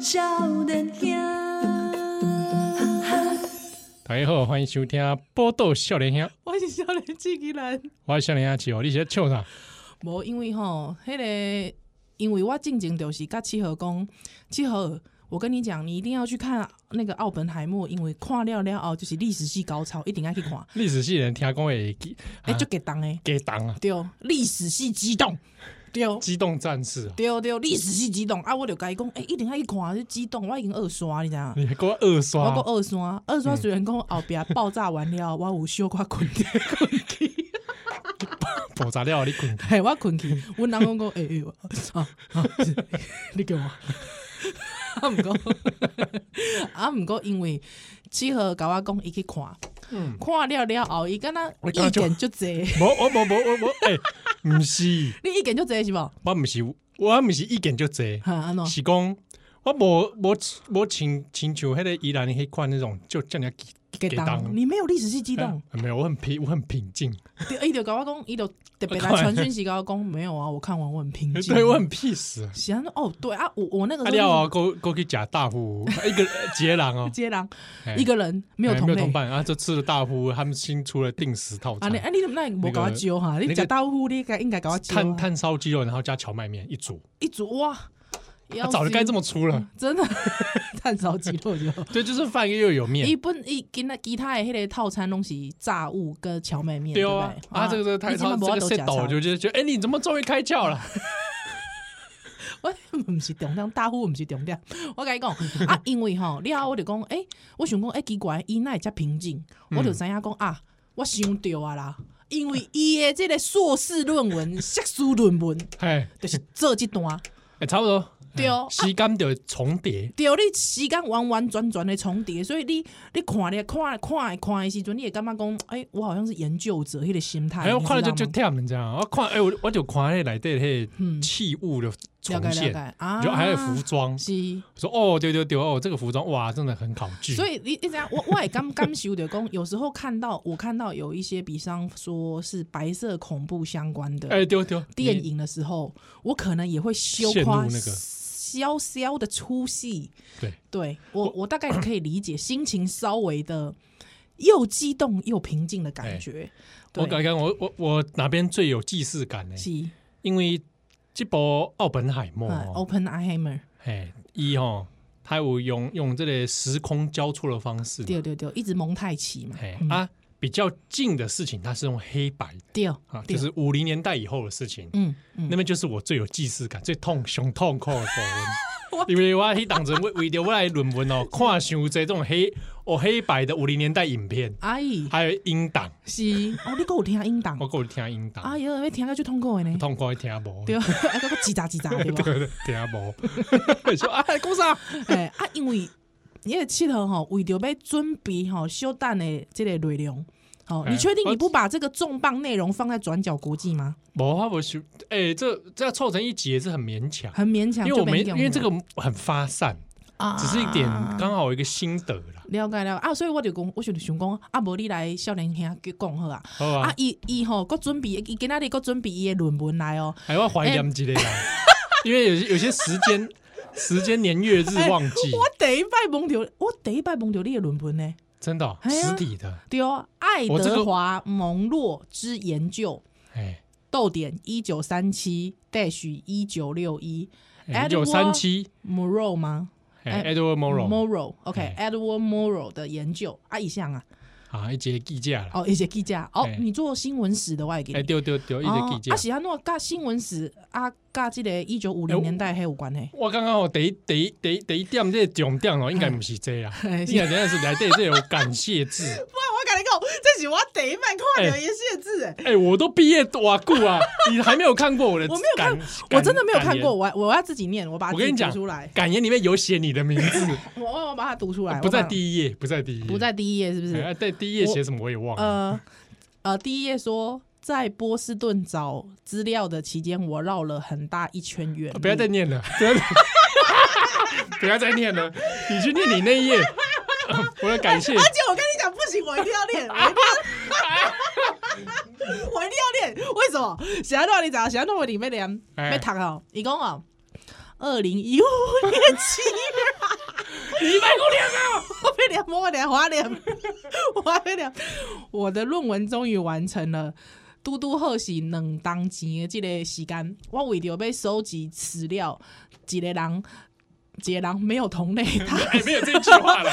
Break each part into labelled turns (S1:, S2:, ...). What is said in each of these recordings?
S1: 少年兄，
S2: 大家好，欢迎收听《波豆少年兄》，
S3: 我是少年机器人。
S2: 我是少年兄七哦，你是在笑啥？
S3: 无，因为吼，迄、个，因为我进前就是甲七和讲，七和，我跟你讲，你一定要去看那个奥本海默，因为看了了后就是历史系高潮，一定要去看。
S2: 历史系人听讲会激
S3: 哎、就给当诶，
S2: 给当啊，
S3: 对，历史系激动，对。
S2: 机动战士啊，
S3: 对对，历史系激动啊！我就甲伊讲，哎、一定要去看，就激动，我已经二刷，你知影？
S2: 你还给我二
S3: 我讲
S2: 刷，
S3: 二刷，二刷虽然讲后壁爆炸完 了，我有小可困着。
S2: 爆炸了你滚！
S3: 嘿，我困去，阮翁讲讲，诶、欸、欸，啊啊， 你叫我，啊毋过， 啊毋过，因为七号甲我讲伊去看，
S2: 嗯
S3: 看了了后，伊敢若
S2: 我
S3: 意
S2: 刚就
S3: 见就济，
S2: 无我无无我我 诶，毋是，
S3: 你意见就济是无？ 哈
S2: 我毋是，我毋是意见就多，
S3: 安怎？
S2: 是讲我无无无亲亲像迄个宜兰迄款那种，就叫人家
S3: 给当，你没有历史系激动，
S2: 哎没有，我很平，我很平静，
S3: 对伊就甲我讲，伊就特别来传讯息甲我讲，没有啊，我看完我很平 静，
S2: 对我很 peace 啊。
S3: 是安怎哦，对啊，我我那个
S2: 啊
S3: 时
S2: 了
S3: 候
S2: 啊，过过去假大呼，一个接人哦
S3: 是，接人
S2: 嘿
S3: 一个人没有
S2: 哎
S3: 同
S2: 没有
S3: 类
S2: 同。伴，然后就吃了大呼，他们新出了定时套
S3: 啊
S2: 餐
S3: 你，啊你那无甲我招哈，
S2: 那
S3: 你
S2: 个
S3: 食到呼你该应该甲我招
S2: 炭
S3: 啊。
S2: 炭烧鸡肉，然后加荞麦面一煮，
S3: 一煮哇，
S2: 啊
S3: 要嗯
S2: 早就该这么粗了。
S3: 真的 炭烧鸡肉就。
S2: 对，就是饭又有
S3: 一
S2: 面，
S3: 本一跟那其他的迄个套餐拢是炸物跟荞麦面，对
S2: 对
S3: 不
S2: 啊
S3: 对？
S2: 啊，这个这个太
S3: 你
S2: 超
S3: 现在
S2: 这
S3: 没
S2: 个
S3: 法
S2: 赛
S3: 吃
S2: 抖
S3: 超
S2: 就就觉得，哎，你怎么终于开窍了？
S3: 我毋是重点，大呼毋是重点。我甲你讲 啊，因为吼了后我就讲，诶，我想讲，诶，奇怪，伊那会遮平静，
S2: 嗯
S3: 我就知影讲啊，我想着啊啦，因为伊的这个硕士论文、 硕士论文，
S2: 哎
S3: 就是做这段。
S2: 哎，差不多，
S3: 对哦
S2: 哎时间就重叠，
S3: 对，你时间完完全全的重叠，所以你你看咧看看看的时阵，你会感觉讲，哎、我好像是研究者迄、个心态。
S2: 哎，我看了就
S3: 啊你知
S2: 就
S3: 道吗
S2: 跳你这样，我看哎，我我就看那来对那
S3: 嗯
S2: 器物的
S3: 了
S2: 重
S3: 解
S2: 现
S3: 了，解啊，
S2: 就还有服装，
S3: 是，
S2: 说哦，对对对，哦，这个服装哇，真的很考据，
S3: 所以你你知道，我我 也感感受着讲，有时候看到我看到有一些，比方说是白色恐怖相关的
S2: 哎，丢丢
S3: 电影的时候，我可能也会羞
S2: 陷入
S3: 夸
S2: 那个
S3: 稍稍的出戏。
S2: 对，
S3: 对我，我大概可以理解，心情稍微的又激动又平静的感觉。对
S2: 哎我刚刚我我我哪边最有既视感呢？
S3: 是
S2: 因为这部奥本海默
S3: 嗯
S2: 哦，
S3: ，Open Eye Hammer，
S2: 嘿，伊吼，他有用用这个时空交错的方式嘛，
S3: 对对对，一直蒙太奇嘛，
S2: 嘿
S3: 嗯
S2: 啊，比较近的事情，它是用黑白的
S3: 对
S2: 啊，
S3: 对
S2: 就是五零年代以后的事情，
S3: 嗯
S2: 那
S3: 嗯，
S2: 边就是我最有既视感、最痛、胸痛苦的 部分。因为我迄当阵为为着我来论文哦， 看伤这种黑哦黑白的五零年代影片，
S3: 阿姨
S2: 还有音档，
S3: 是哦，你给我听音档
S2: 啊我，够听音档
S3: 哎，呦，要听个就痛苦的呢，
S2: 痛苦的听无，
S3: 对， 哎，个个叽喳叽喳对 吧？
S2: 对对，听无。 说啊，讲啥？
S3: 哎啊，因为因为七头吼，为着要准备吼休蛋的这个内容，好，
S2: 哎
S3: 你确定
S2: 我
S3: 你不把这个重磅内容放在转角国际吗？
S2: 无啊，我是哎、这这要凑成一集也是很勉强，
S3: 很勉强，
S2: 因为我
S3: 就
S2: 没
S3: 勉
S2: 因
S3: 强
S2: 为这
S3: 了
S2: 个很发散，
S3: 啊
S2: 只是一点刚好有一个心得啦。
S3: 了解了解啊，所以我就讲，我就想讲，啊，无你来少年兄去讲好啊。
S2: 好
S3: 啊
S2: 啊，，
S3: 伊伊吼，佮准备，伊今仔日佮准备伊的论文来哦。
S2: 还要哎怀念一下啦，因为有些有些时间时间年月日忘记，
S3: 哎我第一摆蒙着，我第一摆蒙着你的论文呢。
S2: 真的哦、
S3: 哎呀
S2: 实体的，
S3: 对哦，爱
S2: 我这个
S3: 德华蒙洛之研究，
S2: 哎、
S3: 逗点一九三七 dash 一九六一
S2: 哎一九三七，
S3: Morrow 吗
S2: 哎
S3: 哎
S2: ，Edward Morrow
S3: Morrow，OK，Edward、Morrow
S2: 哎
S3: 的研究啊，一项啊，
S2: 啊，一节计价了，
S3: 哦，一些记者哦
S2: 哎，
S3: 你做新闻史的，我也给你。
S2: 哎，丢丢丢，一节计
S3: 哦，
S2: 价
S3: 啊，。是安怎甲新闻史啊，甲即个一九五
S2: 哎我
S3: 零年代迄有关系。
S2: 我刚刚我第一第一第一第一点这个重点哦，应该不是这啦，
S3: 哎
S2: 应该真的是来这这有感谢字。
S3: 我甲你讲，这是我第一摆看
S2: 到
S3: 伊写字，哎、
S2: 哎、我都毕业多久啊？你还没有看过我的？
S3: 我没有
S2: 感
S3: 看
S2: 感
S3: 我真的没有看过，
S2: 感
S3: 我我要自己念，我把
S2: 言。
S3: 它
S2: 我跟你
S3: 自己
S2: 讲
S3: 读出来，，
S2: 感言里面有写你的名 字，
S3: 我我我把它读出来，
S2: 不在
S3: 一
S2: 第一页，不在第一页，
S3: 不在第一页，是不是？
S2: 哎。在第一页写什么我也忘了。
S3: 呃呃，第一页说。在波士顿找资料的期间，我绕了很大一圈远路。
S2: 哦不要再念了，不要再 不要再念了，你去念你那一页。 我要感谢，
S3: 且我跟你讲，不行，我一定要练，我一 定要，我一定要练。为什么？喜欢弄你咋？喜欢弄我里面练，
S2: 哎
S3: 被躺哦。你讲哦，二零一五年七月，
S2: 你卖过两啊！
S3: 我被念，我念，我念，我被念。我的论文终于完成了，嘟嘟好是两当钱的这个时间，我为着要收集资料，一个人，一个人没有同类，他
S2: 哎，没有这句话了。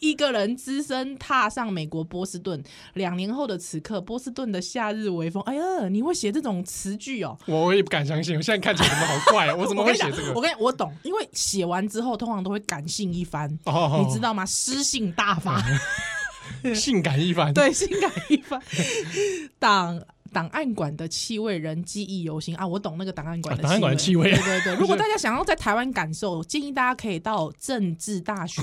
S3: 一个人只身踏上美国波士顿。两年后的此刻，波士顿的夏日微风。哎呀，你会写这种词句哦？
S2: 我我也不敢相信，我现在看起来怎么好怪啊！我怎么会
S3: 跟你
S2: 写
S3: 讲
S2: 这，个
S3: 我？跟你我懂，因为写完之后通常都会感性一番，
S2: 哦
S3: 你知道吗？诗性大发。
S2: 性感一番，，
S3: 对，性感一番。档档案馆的气味仍记忆犹新啊！我懂那个档案馆
S2: 啊
S3: 的
S2: 档案馆的气味
S3: 对对 对，如果大家想要在台湾感受，建议大家可以到政治大学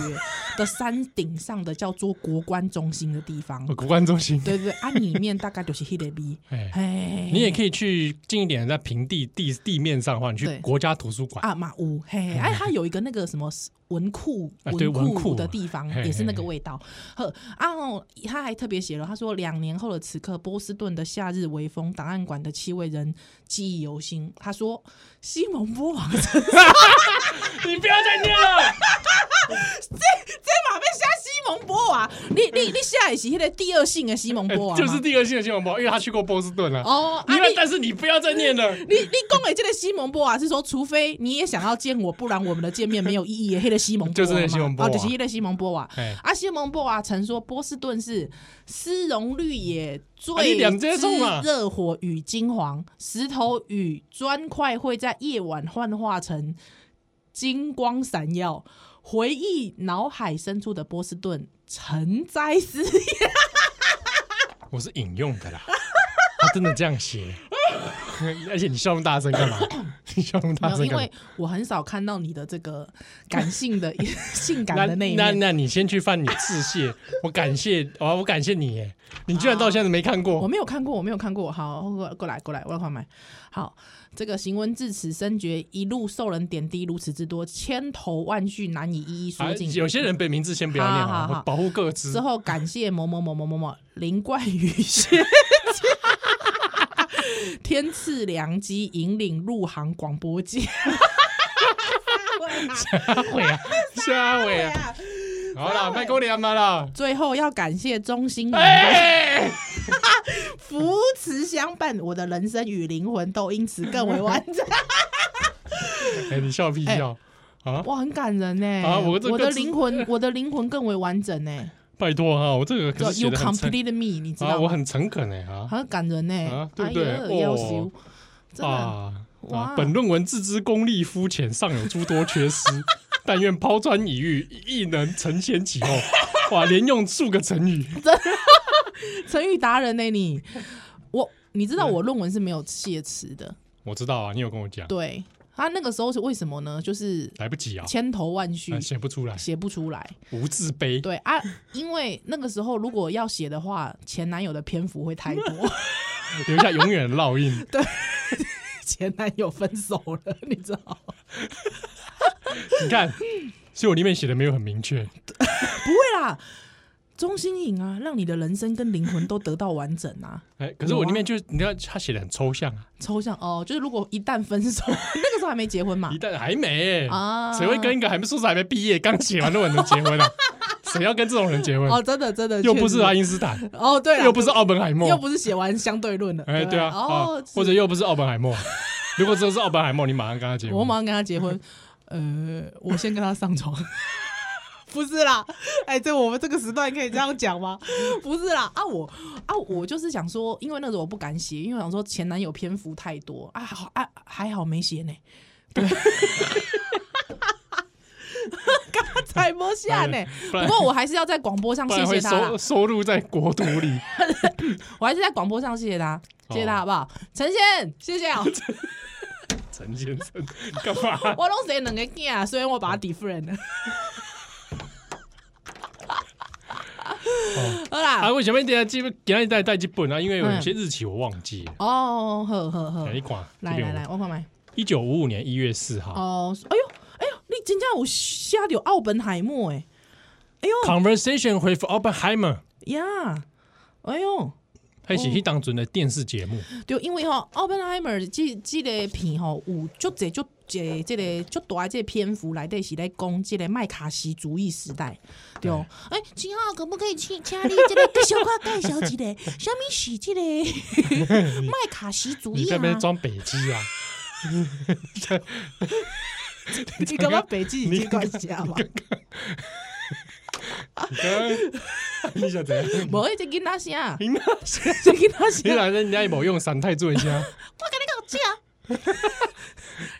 S3: 的山顶上的叫做国关中心的地方。
S2: 古关中心。
S3: 对对，对啊，里面大概就是 h i d e b
S2: 哎，
S3: 嘿，
S2: 你也可以去近一点，在平地地地面上的话，你去
S3: 对
S2: 国家图书馆。
S3: 啊马屋，嘿，哎，它有一个那个什么文库
S2: 啊对文库
S3: 库
S2: 啊
S3: 的地方
S2: 嘿，
S3: 也是那个
S2: 嘿嘿
S3: 味道。呵，啊，哦他还特别写了，他说两年后的此刻，波士顿的夏日微风，档案馆的气味仍记忆犹新。他说，西蒙波娃 真这
S2: 你不要再念了，
S3: 马被下西蒙波娃，你你你下一期那个第二性的西蒙波娃 吗，
S2: 就是第二性的新闻报，因为他去过波士顿了。
S3: 啊哦，啊
S2: 因为
S3: 你。
S2: 但是你不要再念了。
S3: 你你讲的这个西蒙波娃是说，除非你也想要见我，不然我们的见面没有意义。黑的西蒙
S2: 就
S3: 波
S2: 是
S3: 娃
S2: 那
S3: 嘛
S2: 个西蒙波娃
S3: 啊就是那个西蒙波娃
S2: 哎。
S3: 啊，西蒙波娃曾说，波士顿是丝绒绿野
S2: 啊你
S3: 最
S2: 两节送啊
S3: 之热火与金黄，石头与砖块会在夜晚幻化成金光闪耀。回忆脑海深处的波士顿，承载思忆。
S2: 我是引用的啦，他真的这样写。而且你笑那么大声 干嘛？你笑那么大
S3: 没有，
S2: 声
S3: 因
S2: 干嘛
S3: 为？我很少看到你的这个感性的、 性感
S2: 那
S3: 的那一
S2: 那
S3: 面。
S2: 那你先去翻你致谢，我感谢啊，我感谢你耶，你居然到现在没看
S3: 我
S2: 过，
S3: 没有看过，我没有看过。好，过过来过来，我要换麦。好，这个行文至此，深觉一路受人点滴如此之多，千头万绪难以一一
S2: 啊
S3: 说尽。
S2: 有些人被名字先不要念
S3: 好好
S2: 啊
S3: 好，
S2: 保护各 自
S3: 之。后感谢某某某某某某林冠宇学姐 天赐良机，引领入行广播 界。
S2: 下回啊，下回啊，好啦，卖狗粮嘛啦，
S3: 最后要感谢中心人的
S2: 哎，
S3: 扶持相伴，我的人生与灵魂都因此更为完整。
S2: 哎，你笑屁笑啊！
S3: 哇，很感人呢、
S2: 啊我这个
S3: 的
S2: 是
S3: 灵魂， 我的灵魂更为完整呢、
S2: 拜托哈，我这个可
S3: 叫
S2: 是写
S3: You
S2: 的很诚
S3: complete me，你知
S2: 啊，
S3: 道
S2: 我
S3: 吗？
S2: 很诚恳哎啊
S3: 很感人呢
S2: 啊，对不对
S3: 哎呀
S2: 哦
S3: 夭寿真的，
S2: 啊啊
S3: 哇！
S2: 本论文自知功力肤浅，尚有诸多缺失，但愿抛砖引玉，亦能承先启后。哇，连用数个成语，
S3: 成语达人呢欸你，我你
S2: 嗯
S3: 知道我论文是没有谢词的，
S2: 我知道啊，你有跟我讲，
S3: 对他那个时候是为什么呢？就是
S2: 来不及啊，
S3: 千头万绪
S2: 啊写不出来，
S3: 写不出来，
S2: 无字碑。
S3: 对啊，因为那个时候如果要写的话，前男友的篇幅会太多，
S2: 留下永远的烙印。
S3: 前男友分手了， 你知道。
S2: 你看，所以我里面写的没有很明确。
S3: 不会啦，中心引啊，让你的人生跟灵魂都得到完整啊。
S2: 哎，可是我里面就你看他写的很抽象啊，
S3: 抽象哦，就是如果一旦分手，那个时候还没 结婚嘛
S2: 一，旦还没
S3: 啊
S2: 谁会跟一个还没硕士还没毕业刚写完论文的结 婚啊？谁要跟这种人结婚？
S3: 哦，真的真的，
S2: 又不是
S3: 啊
S2: 爱，因斯坦，
S3: 哦对啦，
S2: 又不是奥本海默，
S3: 又不是写完相对论的，
S2: 哎，
S3: 不
S2: 对啊，啊
S3: 哦，
S2: 或者又不是奥本海默。如果这是奥本海默，你马上跟他结
S3: 我
S2: 婚。
S3: 马上跟他结 婚，呃，我先跟他上床。 不是啦，哎、这我们这个时段可以这样 讲吗？不是啦，啊我啊我就是想说，因为那时候我不敢写，因为我想说前男友篇幅太多啊，好啊还好没写呢，对， 刚才摸下呢。
S2: 哎不然
S3: 不过我还是要在广播上
S2: 不
S3: 谢
S2: 然会
S3: 谢他啦
S2: 收，收录在国土里。
S3: 我还是在广播上谢谢他，谢谢他
S2: 哦
S3: 好不好？陈先，谢谢哦、
S2: 陈先生，你干嘛？
S3: 我拢写两个囝，所以我把它 different 了。好
S2: 啊，
S3: 啦，
S2: 为什么一定要记？给他带带几本啊？因为有些日期我忘记了。哎
S3: 哦，好好好
S2: 哪，一款？
S3: 来来来，，我看麦。
S2: 一九五五年一月四号
S3: 哦，哎呦哎呦，你真正有写到奥本海默哎，
S2: ，Conversation with Oppenheimer，
S3: 呀，哎呦，
S2: 还
S3: 哦
S2: 是迄当阵的电视节目。
S3: 对，因为吼奥本海默这这个片吼有足侪足一个即个足大的即个篇幅内底是咧讲即个麦卡锡主义时代，对哦。哎，今后可不可以请请你即个小可介绍一个，什么是即个麦卡锡主
S2: 你
S3: 义
S2: 在
S3: 啊
S2: 那？边装北基啊？
S3: 你感觉北京已经关系啊嘛？
S2: 你刚刚你想怎样？
S3: 无迄只囡仔声，
S2: 你那
S3: 啊这囡仔
S2: 你
S3: 声，
S2: 哪人家也没用三太做一下，
S3: 我跟你讲这啊，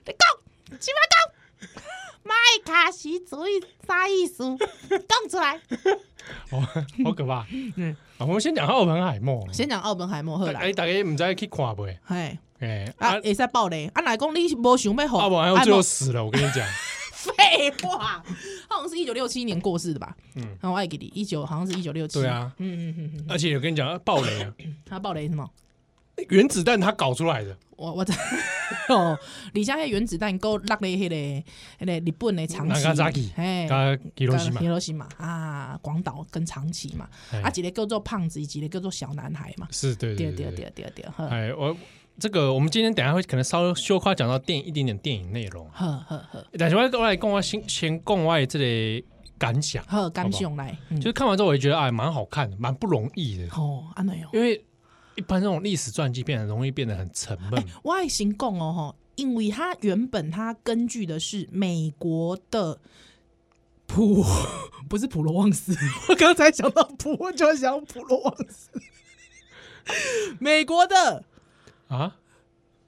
S3: 你讲，起码讲。麦卡锡主义啥意思？讲出来。
S2: 哦，好可怕。
S3: 嗯
S2: 啊我们先讲奥本海默。
S3: 先讲奥本海默好啦，
S2: 哎，大家唔知道去看袂？
S3: 嘿，
S2: 哎，
S3: 啊，哦
S2: 啊
S3: 会使爆雷。啊，来讲你无想要好，
S2: 奥本海默最后死了，我跟你讲，
S3: 废话，他好像是一九六七年过世的吧？
S2: 嗯
S3: 嗯，然后艾吉里一九好像是一九六七，
S2: 对，啊，
S3: 嗯嗯嗯嗯，
S2: 而且我跟你讲，爆雷啊，
S3: 他爆雷什么？
S2: 原子弹他搞出来的，
S3: 我我知 哦，李佳迄原子弹够落咧迄个迄个日本的长崎
S2: Nagasaki，，
S3: 嘿
S2: 加基隆西嘛
S3: 跟，罗西嘛啊，广岛跟长崎嘛，
S2: 哎
S3: 啊，一个叫做胖子，一个叫做小男孩嘛，
S2: 是对
S3: 对
S2: 对
S3: 对
S2: 对
S3: 对对对，呵
S2: 哎，我这个我们今天等一下会可能稍微羞夸讲到电影一点点电影内容，啊
S3: 呵呵呵
S2: 但是我我来跟我先先跟我这里感想，
S3: 呵，感想来，嗯
S2: 就是看完之后我也觉得哎蛮好看的，蛮不容易的，
S3: 哦，安尼哦。
S2: 因为一般这种历史传记变很容易变得很沉闷
S3: 哎，我爱先讲哦吼，因为它原本它根据的是美国的普， 不是普罗旺斯， 我刚才想到普，我就想普罗旺斯， 美国的哎
S2: 啊。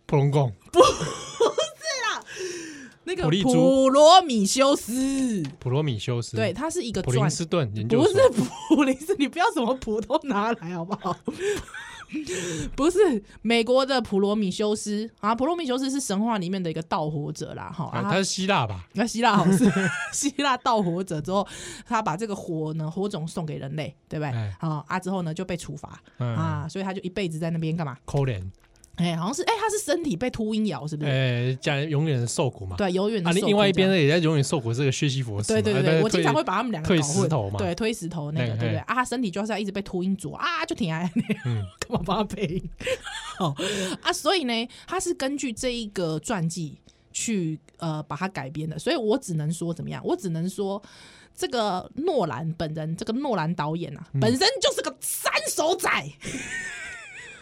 S2: 普龙贡
S3: 那个
S2: 普利珠
S3: 普罗米修斯，
S2: 普罗米修斯，
S3: 对，，它是一个
S2: 普林
S3: 传，
S2: 斯顿研究
S3: 不
S2: 所，
S3: 是普 林斯，你不要什么普都拿来好不好？ 不是美国的普罗米修斯啊，普罗米修斯是神话里面的一个盗火者啦，哈、
S2: 啊，他是希腊吧？
S3: 那希腊好像是 希腊盗火者之后，他把这个火呢火种送给人类，对不对？
S2: 哎
S3: 啊啊之后呢就被处罚
S2: 嗯，
S3: 啊，所以他就一辈子在那边干嘛？
S2: 扣脸，
S3: 哎，好像是哎，他是身体被秃鹰咬，是不是？
S2: 呃，讲永远的受苦嘛。
S3: 嗯对，永远的
S2: 啊，
S3: 受
S2: 你
S3: 苦
S2: 另外一边
S3: 这
S2: 呢
S3: 样。
S2: 也在永远受苦这个薛西佛斯嘛，
S3: 对对对
S2: 啊但
S3: 对，
S2: 是
S3: 我经
S2: 退
S3: 常会把他们两个
S2: 推
S3: 搞混
S2: 石头嘛
S3: 对，推石头那
S2: 嘿
S3: 个，
S2: 嘿
S3: 对不对？啊，他身体就是要一直被秃鹰啄啊，就挺爱，
S2: 嗯
S3: 干嘛帮他配音？ 哦啊，所以呢，他是根据这一个传记去呃把它改编的，所以我只能说怎么样？我只能说这个诺兰本人，这个诺兰导演啊，
S2: 嗯
S3: 本身就是个三手仔。，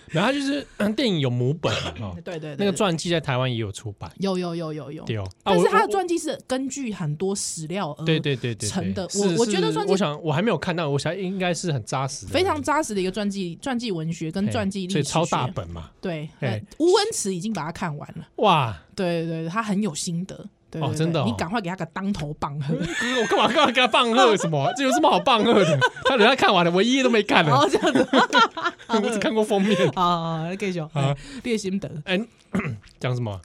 S2: 然后他就是 嗯电影有母本嘛，哦
S3: 对对对，
S2: 那个
S3: 对
S2: 传记在台湾也有出版，
S3: 有有有有有，
S2: 对哦。啊
S3: 但是
S2: 我
S3: 他的
S2: 我
S3: 传记是根据很多史料而
S2: 对对对对对
S3: 成的
S2: 是
S3: 我我
S2: 是
S3: 觉得传记
S2: 我想我还没有看到，我想应该是很扎实的，
S3: 非常扎实的一个传记，传记文学跟
S2: 嘿
S3: 传记
S2: 嗯
S3: 历
S2: 所
S3: 史
S2: 以超大
S3: 学
S2: 本嘛，
S3: 对，
S2: 嘿
S3: 呃吴文慈已经把它看完了。
S2: 哇！
S3: 对对对，他很有心得。对
S2: 哦
S3: 对对
S2: 真的哦
S3: 你赶快给他个当头 棒喝。
S2: 我干嘛干嘛给他棒 喝什么？这有什么好棒喝的？他人家看完了，我一页都没看
S3: 然
S2: 呢，
S3: 后这样子
S2: 我只看过封面。
S3: 啊，继续
S2: 啊
S3: 列心得，
S2: 哎，讲 什么啊？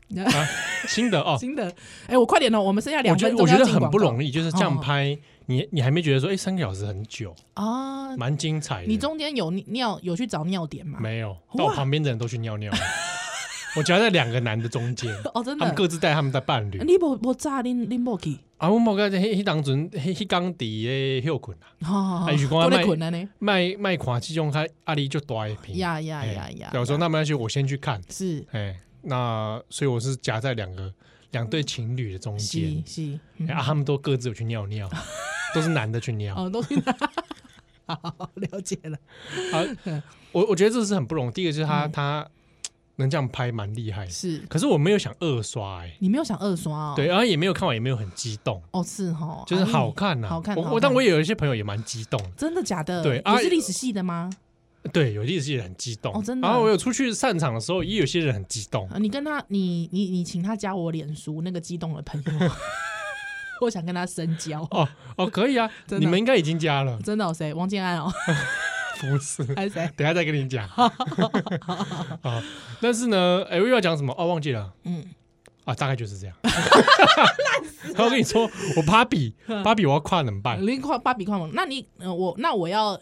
S2: 新的哦，
S3: 心得。哎，我快点哦，我们剩下
S2: 我
S3: 两
S2: 觉
S3: 分
S2: 得
S3: 钟
S2: 我
S3: 要
S2: 觉
S3: 进
S2: 得
S3: 广
S2: 很
S3: 告，
S2: 不容易，就是这样
S3: 哦
S2: 拍，你你还没觉得说，哎，三个小时很久，
S3: 啊！
S2: 蛮精彩的。
S3: 你中间有尿有去找尿点吗？
S2: 没有，
S3: 哇
S2: 但我旁边的人都去尿尿了。我夹在两个男的中间，
S3: 哦， 真
S2: 他们
S3: 的。啊
S2: 各自带他们的伴侣。
S3: 你无无炸恁恁无去，
S2: 啊，我某个迄迄当阵迄迄工伫诶休困啊，
S3: 哦
S2: 哎是讲
S3: 都在
S2: 卖
S3: 困了呢。
S2: 卖卖看这种较压力就大一瓶。
S3: 呀呀
S2: 哎
S3: 呀呀！
S2: 我说那没关系，我先去看。
S3: 是
S2: 哎，那所以我是夹在两个两对情侣的中
S3: 是
S2: 间，
S3: 是，嗯
S2: 哎啊，他们都各自有去尿 尿，都是男的去尿。
S3: 哦，都 好了解了。
S2: 我我觉得这是很不容易。第一个就是他
S3: 嗯
S2: 他能这样拍蛮厉害的，
S3: 是
S2: 可是我没有想二刷哎，
S3: 你没有想二刷哦？
S2: 对，，然后也没有看完，也没有很激动。
S3: 哦是哈，
S2: 就是
S3: 哎
S2: 好看呐、啊
S3: 好看
S2: 我
S3: 好
S2: 我但
S3: 看
S2: 我也有一些朋友也蛮激动的，
S3: 真的假的？
S2: 对啊
S3: 你是历史系的吗？
S2: 对，有些人很激动，
S3: 哦真的
S2: 然后我有出去散场的时候，也有些人很激动，
S3: 啊，你跟他，你你你请他加我脸书那个激动的 朋友，我想跟他深交。
S2: 哦哦，可以啊，
S3: 真的
S2: 你们应该已经加了，
S3: 真的、哦，谁？王建安 哦，
S2: 不是？
S3: 还是谁？
S2: 等一下再跟你讲 啊、但是呢，哎、我又要讲什么？哦，忘记了
S3: 嗯，
S2: 啊，大概就是 这样。我跟你说，我芭比，
S3: 嗯
S2: 芭比我要跨冷半，
S3: 林跨芭比跨蒙，那你呃我那我要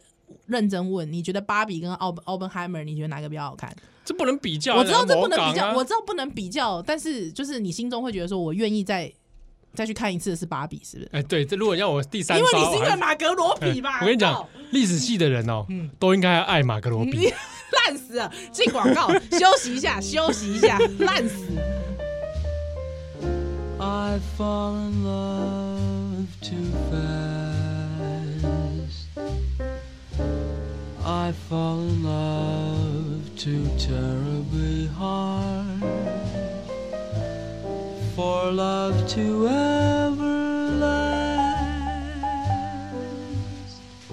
S3: 认真问，你觉得芭比跟奥本奥本海默，你觉得哪个比较好看？
S2: 这不能比较啊。
S3: 我知道这不能
S2: 人
S3: 比
S2: 家
S3: 较，
S2: 魔
S3: 我
S2: 港啊
S3: 知道不能比较，但是就是你心中会觉得说我愿意再再去看一次的是芭比，是不是？
S2: 哎、对，这如果让我第三
S3: 因为
S2: 刷，
S3: 你是因
S2: 我还
S3: 为马格罗比嘛、
S2: 哎我跟你
S3: 靠
S2: 讲，，历史系的人哦、
S3: 嗯
S2: 都应该要爱马格罗比
S3: 你。烂死了！ 进广告，休息一下，休息一下，烂死。
S1: I fall in love too fast. I fall in love too terribly hard. For love to ever last.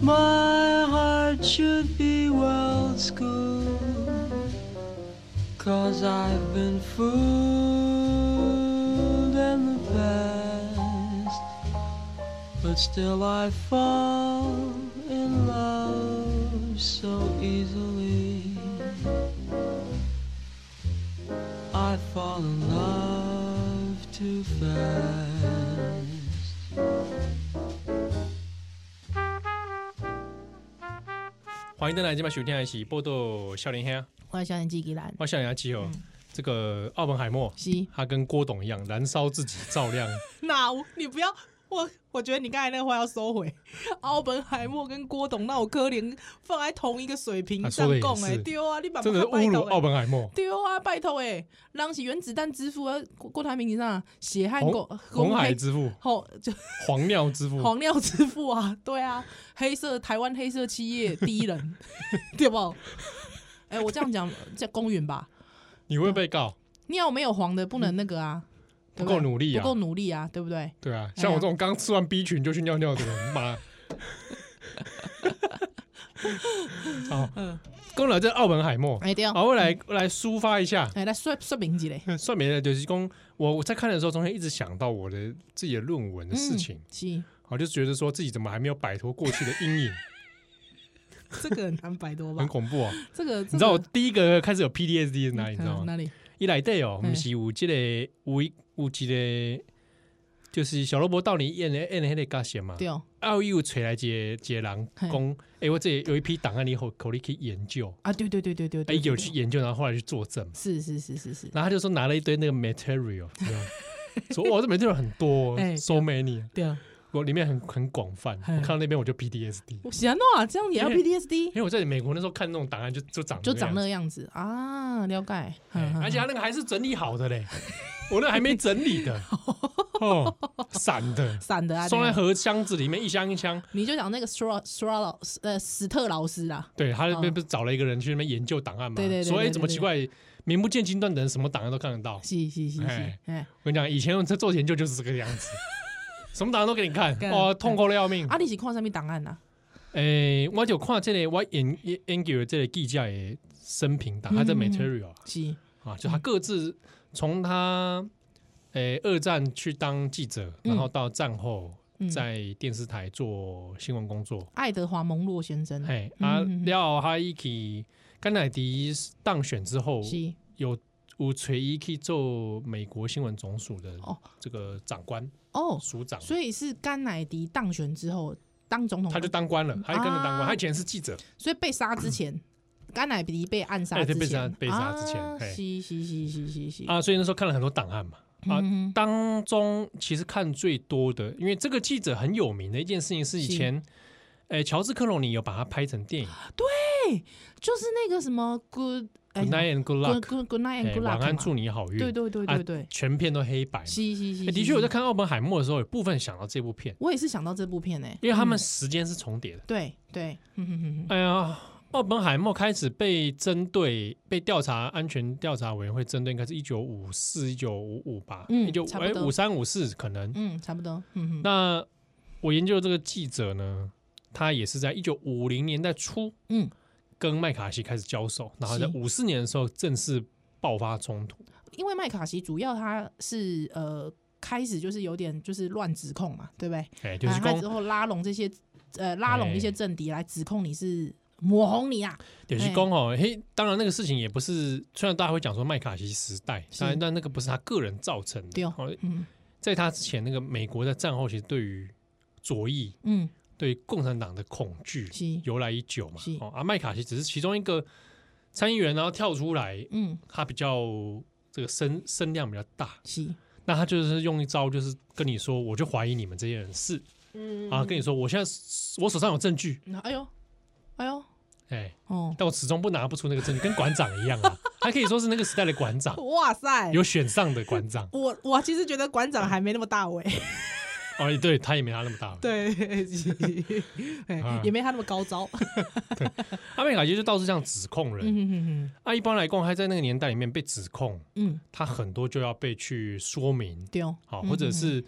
S1: My heart should be well schooled. Cause I've been fooled in the past, but still I fall in love so easily. I fall in love too fast.
S2: 欢迎登来今晚收听的是报道笑脸兄，
S3: 我小年纪给咱
S2: 啊我笑脸阿基哦，这个奥本海默，
S3: 嗯是
S2: 他跟郭董一样燃烧自己照 亮，
S3: 那我你不要我，我觉得你刚才那个话要收回。奥本海默跟郭董那我可怜放在同一个水平
S2: 啊
S3: 上
S2: 说得也
S3: 供哎、
S2: 是
S3: 丢啊！你把
S2: 真的是侮辱奥本海默。
S3: 丢啊！拜托哎、让起原子弹之父啊，郭郭台铭你知道血汗
S2: 红
S3: 狗
S2: 红海 之父、
S3: 后就
S2: 黄尿之父，
S3: 黄料之父啊，对啊，黑色台湾黑色企业第一 人，对不？哎、我这样讲叫公允吧？
S2: 你会被告，
S3: 尿没有黄的不能那个啊，
S2: 不
S3: 对不对
S2: 够努力
S3: 不
S2: 啊，
S3: 够努力啊，对不对？
S2: 对啊，像我这种刚吃完 B 群就去尿尿的人，妈。 好，
S3: 嗯
S2: 讲了这奥本海默，
S3: 哎、对哦，
S2: 好，我来我来抒发一下。
S3: 哎、来说说 明一下。
S2: 算没了，就是讲我我在看的时候，中间一直想到我的自己的论文的事情，
S3: 嗯、
S2: 我就觉得说自己怎么还没有摆脱过去的阴 影，
S3: 是这个很难摆脱吧
S2: 很？恐怖哦。
S3: 这个嗯
S2: 你知道我第一个开始有 PDSD 是哪里？你知道吗？
S3: 哪里？
S2: 一来对哦，我
S3: 嗯
S2: 们是有这个有一有这个，就是小萝卜到你演的演的那个角色嘛。
S3: 对哦，
S2: 奥义有找来一个一个人
S3: 嘿
S2: 讲，哎、我这有一批档案，你可可以去研究，
S3: 啊，对对对对对
S2: 哎、
S3: 对，对
S2: 有去，研究，然后后来去作证嘛，
S3: 是是是 是是，
S2: 然后他就说拿了一堆那个 material，你知道吗说哇这 material 很多、
S3: 哎
S2: s o many，
S3: 对啊，
S2: 我里面很很广泛，
S3: 嘿
S2: 我看到那边我就 PDSD，
S3: 我想到啊，这样也要
S2: 因为
S3: PTSD，
S2: 因为我在美国那时候看那种档案就就长
S3: 就长那
S2: 那
S3: 个样子啊，了解，
S2: 样
S3: 哼
S2: 子，
S3: 哼
S2: 而且他那个还是整理好的嘞，我那还没整理 的，哦，散的，
S3: 散的啊，
S2: 装在
S3: 对啊
S2: 盒箱子里面一箱一箱，
S3: 你就讲那个 Stra Stra 老师呃史特劳斯啦，
S2: 对他那边
S3: 嗯
S2: 不是找了一个人去那边研究档案嘛？
S3: 对对对
S2: 所
S3: 对
S2: 以
S3: 对
S2: 怎么
S3: 对
S2: 奇怪，名不见经传的人什么档案都看得到。
S3: 是是是是
S2: 哎，
S3: 哎，
S2: 我跟你讲，以前在做研究就是这个样 子，什么档案都给你看，
S3: 干
S2: 哇，痛苦的要命。
S3: 啊，你是看什么档案呐？
S2: 诶，我就看这个我研研研究的这个记者的生平档，他的
S3: 嗯嗯嗯
S2: material
S3: 是，
S2: 啊，就他各自从他诶二战去当记者，
S3: 嗯
S2: 然后到战后
S3: 嗯
S2: 在电视台做新闻工作。
S3: 爱德华蒙洛先生，
S2: 嘿，
S3: 嗯
S2: 啊
S3: 嗯嗯，
S2: 廖他一起甘乃迪当选之后，
S3: 是
S2: 有有垂一去做美国新闻总署的
S3: 哦
S2: 这个长官
S3: 哦，
S2: 署长，
S3: 所以是甘乃迪当选之后当总统，
S2: 他就当官了，他也跟着当官，
S3: 啊
S2: 他以前是记者，
S3: 所以被杀之 前，甘乃迪被暗杀
S2: 哎
S3: 之
S2: 对被
S3: 前，
S2: 杀被杀之前
S3: 啊
S2: 嘿
S3: 是是是是是是，
S2: 啊，所以那时候看了很多档案嘛，啊
S3: 嗯哼
S2: 当中其实看最多的，因为这个记者很有名的一件事情是以
S3: 是
S2: 前，哎，乔治克隆尼有把它拍成电影
S3: 就是那个什么 good
S2: ，Good Night and Good
S3: 哎 good
S2: Luck，
S3: good good night
S2: 哎
S3: and good luck，
S2: 晚安祝
S3: 嘛
S2: 你好运，
S3: 对对对对对
S2: 啊，全片都黑白嘛。
S3: 是是是，
S2: 哎的
S3: 是
S2: 确，我在
S3: 是
S2: 看《奥本海默》的时候，有部分想到这部片，
S3: 我也是想到这部片诶，
S2: 因为他们
S3: 嗯
S2: 时间是重叠的。
S3: 对对，嗯哼哼哼
S2: 哎呀，奥本海默开始被针对、被调查安全调查委员会针对，应该是一九五四、一九五五吧，
S3: 嗯
S2: 一九
S3: 差
S2: 哎
S3: 不多
S2: 五三五四可能。
S3: 嗯，差不多，嗯哼，
S2: 那我研究的这个记者呢，他也是在一九五零年代初
S3: 嗯，
S2: 跟麦卡锡开始交手，然后
S3: 是
S2: 在五四年的时候正式爆发冲突。
S3: 因为麦卡锡主要他是呃开始就是有点就是乱指控嘛，对不对？
S2: 哎，就是
S3: 啊他之
S2: 讲，
S3: 后拉拢这些呃拉
S2: 哎
S3: 拢一些政敌来指控你是抹红你啊，
S2: 就是讲哦，嘿，当然那个事情也不是，虽然大家会讲说麦卡锡时代，
S3: 是
S2: 但但那个不是他个人造成的。
S3: 对哦
S2: 哦
S3: 嗯
S2: 在他之前，那个美国在战后其实对于左翼、
S3: 嗯，
S2: 对共产党的恐惧
S3: 是，
S2: 由来已久嘛
S3: 是。
S2: 哦，啊，麦卡锡只是其中一个参议员，然后跳出来，
S3: 嗯
S2: 他比较这个声声量比较大，
S3: 是，
S2: 那他就是用一招，就是跟你说，我就怀疑你们这些人是
S3: 嗯
S2: 啊，跟你说，我现在我手上有证据，
S3: 嗯哎呦哎呦
S2: 哎，
S3: 哦，
S2: 但我始终不拿不出那个证据，跟馆长一样啊，还可以说是那个时代的馆长，
S3: 哇塞！
S2: 有选上的馆长。
S3: 我我其实觉得馆长还没那么大 位，
S2: 哦，对，他也没他那么大。，
S3: 对，是嘿
S2: 啊
S3: 也没他那么高招。
S2: 阿美卡其实就到处这样指控人。
S3: 嗯嗯
S2: 啊，一般来讲，他在那个年代里面被指控，
S3: 嗯，
S2: 他很多就要被去说明，
S3: 对哦，
S2: 好、或者是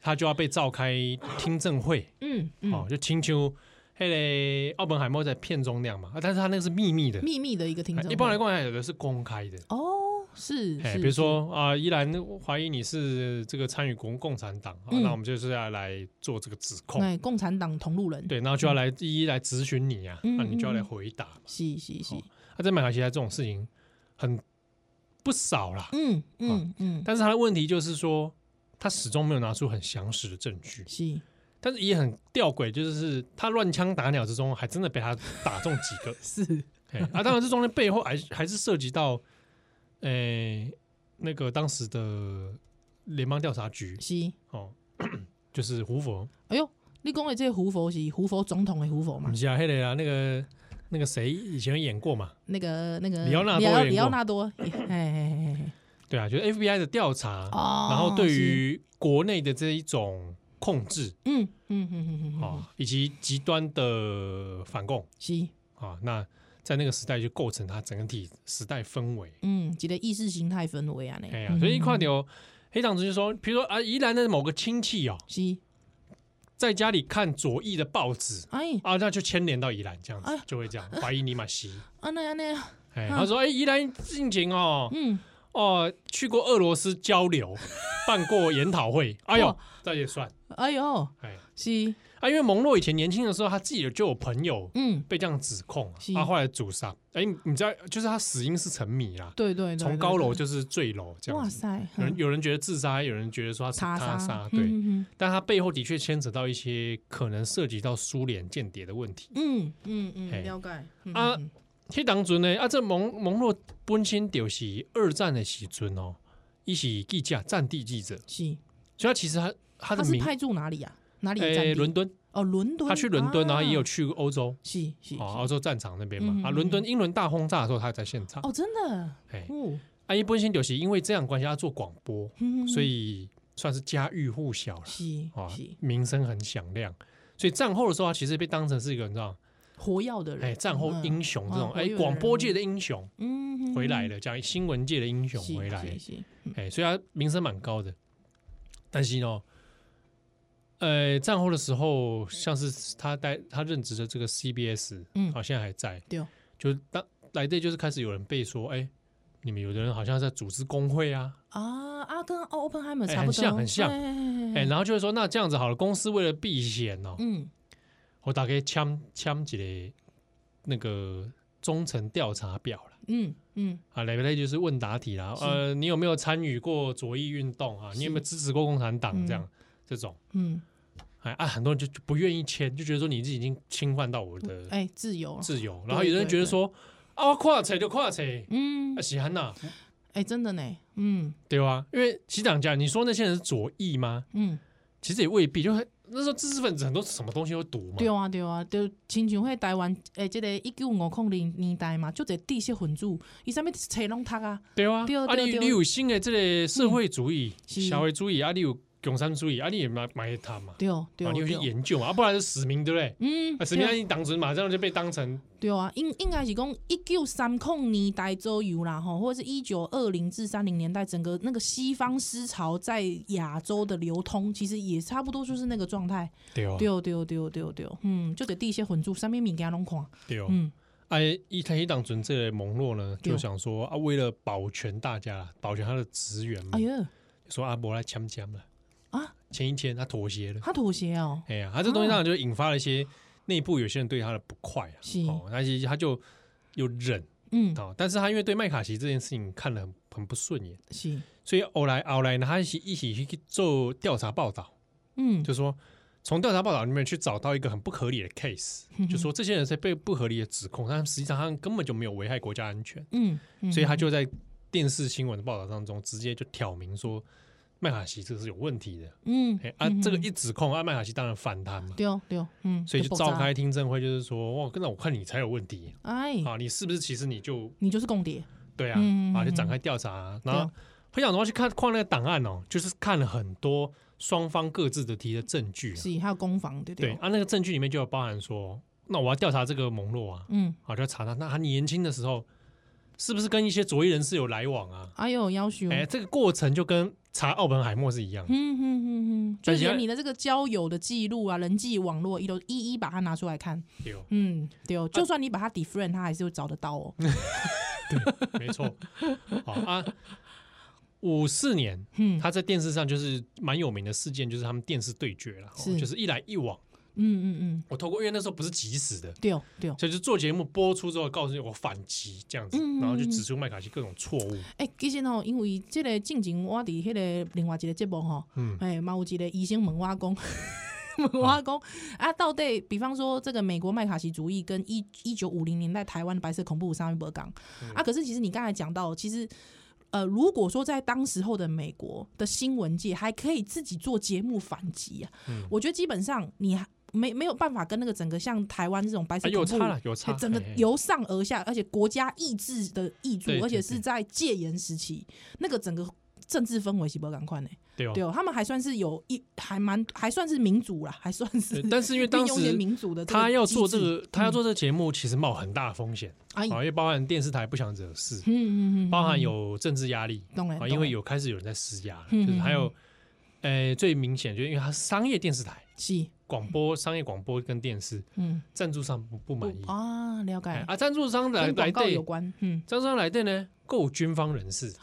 S2: 他就要被召开听证会，
S3: 嗯
S2: 哦
S3: 嗯，，
S2: 就清秋嘿嘞，奥本海默在片中那样嘛，啊，但是他那个是秘密的，
S3: 秘密的一个听
S2: 哎
S3: 证会，
S2: 一般来讲有的是公开的，
S3: 哦，是，
S2: 哎，
S3: 是
S2: 比如说啊，依然怀疑你是这个参与国共产党啊，
S3: 嗯
S2: 那我们就是要来做这个指
S3: 是
S2: 控，
S3: 哎，共产党同路人，，
S2: 对，然后就要来一一来咨询你啊，
S3: 嗯
S2: 那你就要来
S3: 嗯嗯
S2: 回答嘛。
S3: 是是是，
S2: 啊，在马来西亚这种事情很不少啦，
S3: 嗯
S2: 啊
S3: 嗯嗯，
S2: 但是他的问题就是说，他始终没有拿出很详实的证据，
S3: 是
S2: 但是也很吊诡，就是他乱枪打鸟之中，还真的被他打中几个。
S3: 是，
S2: 嘿啊，当然这中间背后还还是涉及到，诶、那个当时的联邦调查局
S3: 是，
S2: 哦， 就是胡佛，
S3: 哎呦，你讲的这个胡佛是胡佛总统的胡佛嘛
S2: 不？是啊，黑雷啊，那个那个谁以前演过嘛，
S3: 那个那个
S2: 里奥纳多
S3: 里
S2: 也
S3: 奥
S2: 过
S3: 里奥纳多，哎哎哎，
S2: 对啊，就是 FBI 的调查，
S3: 哦
S2: 然后对于国内的这一种控制
S3: 嗯嗯嗯嗯嗯，嗯，
S2: 哦，以及极端的反共
S3: 是，
S2: 啊，那在那个时代就构成它整体时代氛围。
S3: 嗯，一个意识形态氛围啊，呢，
S2: 哎呀，所以一
S3: 嗯
S2: 块有黑党就是说，比如说啊，宜兰的某个亲戚哦，
S3: 是，
S2: 在家里看左翼的报纸
S3: 哎，
S2: 啊，那就牵连到宜兰这样子
S3: 哎，嗯
S2: 就会这样怀疑你马西。
S3: 安那安那，
S2: 哎，他说哎，宜兰近前哦
S3: 嗯，
S2: 哦，去过俄罗斯交流，办过研讨 会，哎呦
S3: 哇，
S2: 这也算
S3: 哎呦，
S2: 哎
S3: 是，
S2: 啊，因为蒙洛以前年轻的时候，他自己就有朋友。
S3: 嗯，
S2: 被这样指控啊，
S3: 是
S2: 啊，后来主杀，哎、你你知道，就是他死因是沉迷啦，
S3: 对对对，对
S2: 从高楼，就是坠楼这
S3: 对
S2: 样
S3: 哇
S2: 子。
S3: 塞，
S2: 有人
S3: 嗯
S2: 有人觉得自杀，有人觉得说他是
S3: 查
S2: 他
S3: 杀
S2: 杀，，对，
S3: 嗯
S2: 但它背后的确牵扯到一些可能涉及到苏联间谍的问题。
S3: 嗯嗯嗯
S2: 嘿
S3: 嗯，了解，嗯
S2: 啊，
S3: 嗯嗯
S2: 迄当阵呢，啊，这蒙蒙洛本身就是二战的时阵哦，一起记者战地记者，
S3: 是，
S2: 所以他其实他他
S3: 他
S2: 的
S3: 是
S2: 名
S3: 派驻哪里呀？啊哪里的战
S2: 诶
S3: 地？
S2: 伦敦，
S3: 哦，伦敦，
S2: 他去伦敦，然后也有
S3: 啊，
S2: 去欧洲
S3: 是是，
S2: 哦，
S3: 是
S2: 欧洲战场那边嘛
S3: 嗯嗯
S2: 啊，
S3: 嗯
S2: 伦敦英伦大轰炸的时候他在现场，
S3: 哦，真的，
S2: 哎，
S3: 哦，
S2: 啊，伊本身就是因为这样的关系，他做广播，
S3: 嗯
S2: 所以算是家喻户晓了
S3: 是
S2: 啊
S3: 是，
S2: 名声很响亮。所以战后的时候，他其实被当成是一个你知道。
S3: 活药的人，
S2: 哎，战后
S3: 嗯
S2: 英雄这种，哎
S3: 嗯活跃，
S2: 广
S3: 人
S2: 播
S3: 物
S2: 界的英雄
S3: 嗯
S2: 回来，了，讲新闻界的英雄
S3: 是
S2: 回来，
S3: 是是嗯
S2: 哎，所以他名声蛮高的。但是呢，呃，战后的时候，像是他待他任职的这个 CBS，
S3: 嗯
S2: 好、现在还在，
S3: 对哦，
S2: 就当来这就是开始有人被说，哎，你们有的人好像在组织工会啊，
S3: 啊啊，跟奥本海默
S2: 哎
S3: 差
S2: 很
S3: 不多，
S2: 像很像
S3: 哎，哎
S2: 哎、，然后就会说，那这样子好了，公司为了避险哦，
S3: 嗯，
S2: 我大概签签几个那个忠诚调查表啦。
S3: 嗯嗯
S2: 啊，来来就是问答题啦，
S3: 是
S2: 呃，你有没有参与过左翼运动啊？你有没有支持过共产党这样、这种？
S3: 嗯，
S2: 哎啊，很多人就就不愿意签，就觉得说你已经侵犯到我的
S3: 哎，自由了，
S2: 自由，
S3: 对
S2: 然后有人觉得说啊，跨扯就跨扯，
S3: 嗯
S2: 啊，，喜憨呐，
S3: 哎，真的呢，嗯
S2: 对吧？因为西长讲，你说那些人是左翼吗？
S3: 嗯，
S2: 其实也未必，就是那时候知识分子很多什么东西都读嘛，
S3: 对啊对啊，就亲像迄台湾诶，即个一九五零年年代嘛，就这知识分子，伊啥物册拢读啊，
S2: 对啊，
S3: 对
S2: 啊，
S3: 对
S2: 你
S3: 对嗯
S2: 你有新的这个社会主义、
S3: 是
S2: 社会主义，啊，你有共产主义，啊，你也买买它嘛，
S3: 对哦对
S2: 啊，你有去
S3: 对，
S2: 研究嘛，啊，不然是死民，对不对？
S3: 嗯，
S2: 啊，史密
S3: 对
S2: 安一当时马上就被当成
S3: 对啊，应应该是讲一九三零年代左右啦，吼，或者是一九二零至三零年代，整个那个西方思潮在亚洲的流通，其实也差不多就是那个状态。
S2: 对哦
S3: 对对对对对，嗯，就得地些混住，上面物件拢看，
S2: 对哦。
S3: 嗯，
S2: 哎，伊他一当准这个蒙洛呢，
S3: 对哦
S2: 就想说啊，为了保全大家啦，保全他的职员嘛
S3: 哎，呦，
S2: 就说阿伯来签签了
S3: 啊，
S2: 签一签，他妥协了。
S3: 他妥协哦，
S2: 哎呀，他这东西
S3: 哦
S2: 当然就引发了一些内部有些人对他的不快啊，
S3: 是
S2: 哦，那其实他就有忍
S3: 嗯，
S2: 啊，但是他因为对麦卡锡这件事情看了很很不顺眼，
S3: 是，
S2: 所以后来后来呢，他一起一起去做调查报道，
S3: 嗯，
S2: 就说从调查报道里面去找到一个很不合理的 case，
S3: 嗯哼
S2: 就说这些人是被不合理的指控，但实际上他们根本就没有危害国家安全，
S3: 嗯，嗯
S2: 所以他就在电视新闻的报道当中直接就挑明说麦卡锡这个是有问题的，
S3: 嗯
S2: 哎、啊
S3: 嗯，
S2: 这个一指控，啊麦卡锡当然反弹嘛，
S3: 对对，嗯，
S2: 所以就
S3: 爆炸
S2: 召，开听证会，就是说哇，那我看你才有问题
S3: 哎，
S2: 啊，你是不是其实你就
S3: 你就是共谍，
S2: 对啊，
S3: 嗯嗯嗯
S2: 啊就展开调查啊，然后
S3: 对
S2: 很想的话去看看那个档案哦，就是看了很多双方各自的提的证据、啊，
S3: 是还有攻防对不
S2: 对
S3: 对？
S2: 啊，那个证据里面就有包含说，那我要调查这个蒙洛啊，
S3: 嗯，
S2: 啊就要查他，那他年轻的时候是不是跟一些左翼人士有来往啊？
S3: 哎呦，要求，
S2: 哎，这个过程就跟查奥本海默是一样的，
S3: 嗯嗯嗯嗯，就
S2: 但是
S3: 连你的这个交友的记录啊、人际网络，一都一一把它拿出来看。
S2: 对哦
S3: 嗯，对哦，就算你把它 different，它还是会找得到哦。
S2: 嗯没错， 好啊。五四年，
S3: 嗯
S2: 他在电视上就是蛮有名的事件，就是他们电视对决了，
S3: 是
S2: 就是一来一往。
S3: 嗯嗯嗯，
S2: 我透过因为那时候不是即时的，
S3: 对哦对哦。
S2: 所以就做节目播出之后，告诉你我反击这样子
S3: 嗯嗯，嗯
S2: 然后就指出麦卡锡各种错误。
S3: 哎、其实吼，因为即个进前，我伫迄个另外一个节目吼，
S2: 嗯
S3: 哎、嘛有一个医生问我 讲，问我讲啊，到底比方说这个美国麦卡锡主义跟一一九五零年代台湾的白色恐怖有啥物无共
S2: 嗯
S3: 啊？可是其实你刚才讲到，其实。呃，如果说在当时候的美国的新闻界还可以自己做节目反击啊，
S2: 嗯
S3: 我觉得基本上你还没没有办法跟那个整个像台哎湾这种白色
S2: 啊有
S3: 恐怖、
S2: 差啦有差
S3: 整个
S2: 嘿嘿
S3: 由上而下，而且国家意志的意注
S2: 对，
S3: 而且
S2: 对
S3: 是
S2: 对
S3: 在戒严时期，那个整个政治氛围是不赶快呢？
S2: 对哦
S3: 对，哦，他们还算是有一还蛮还算是民主啦，还算是
S2: 对但是因为当
S3: 运用一些
S2: 时
S3: 民主的个
S2: 他要做
S3: 机
S2: 这
S3: 制，嗯
S2: 个，他要做这个节目，其实冒很大的风险，
S3: 哎，
S2: 啊，因为包含电视台不想惹事，
S3: 嗯嗯嗯，
S2: 包含有政治压力
S3: 懂了，
S2: 啊，
S3: 懂
S2: 因为
S3: 了
S2: 有开始有人在施压了，
S3: 嗯
S2: 就是还
S3: 嗯
S2: 有，呃，最明显就是因为它是商业电视台。
S3: 是
S2: 广播、商业广播跟电视
S3: 嗯
S2: 赞助商不不满意
S3: 不啊，了
S2: 哎
S3: 解，
S2: 啊，赞助商来
S3: 跟
S2: 来
S3: 广告
S2: 对，
S3: 有关，啊嗯，
S2: 赞助商来对呢，够军方人士，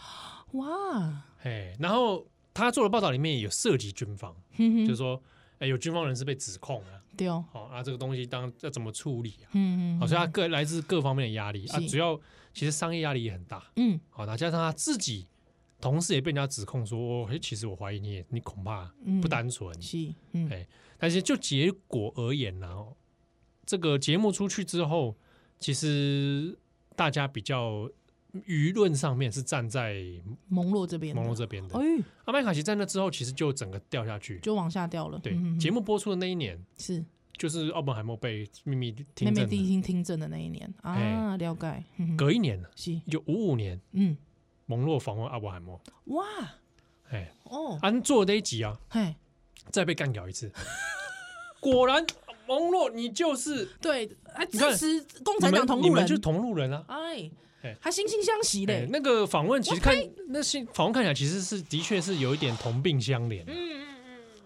S3: 哇，
S2: 哎，然后他做的报道里面也有涉及军方，
S3: 就
S2: 就是说，哎，有军方人士被指控啊，
S3: 嗯对哦，
S2: 好啊，这个东西当要怎么处理啊？
S3: 嗯嗯，
S2: 好，所以他各来自各方面的压力啊，
S3: 是
S2: 主要其实商业压力也很大，
S3: 嗯
S2: 好，那加上他自己。同事也被人家指控说，哦嘿其实我怀疑你也，你恐怕
S3: 嗯
S2: 不单纯。
S3: 是嗯
S2: 哎但是就结果而言呢、哦这个节目出去之后，其实大家比较舆论上面是站在
S3: 蒙洛这边的，
S2: 蒙洛这边的。
S3: 哎
S2: 阿麦卡锡在那之后，其实就整个掉下去。
S3: 就往下掉了，
S2: 对
S3: 嗯，嗯嗯
S2: 节目播出的那一年，
S3: 是
S2: 就是奥本海默被秘密
S3: 妹
S2: 听
S3: 妹
S2: 证
S3: 第一
S2: 的，哎
S3: 听听证的那一年啊，了解，嗯嗯
S2: 隔一年
S3: 是
S2: 一九五五年，
S3: 嗯
S2: 蒙洛访问阿伯海默，
S3: 哇
S2: 哎，
S3: 哦
S2: 安做的那一集啊，
S3: 嘿。
S2: 再被干掉一次。 果然，蒙洛你就是
S3: 对，哎，
S2: 你看
S3: 支持共
S2: 你
S3: 产党
S2: 们
S3: 同
S2: 你
S3: 路
S2: 们
S3: 人，
S2: 就是同路人啊。
S3: 哎
S2: 哎，
S3: 还惺惺相惜
S2: 对，
S3: 嘞。
S2: 那个访问其实看那些访问看起来其实是的确是有一点同病相怜。啊
S3: 嗯嗯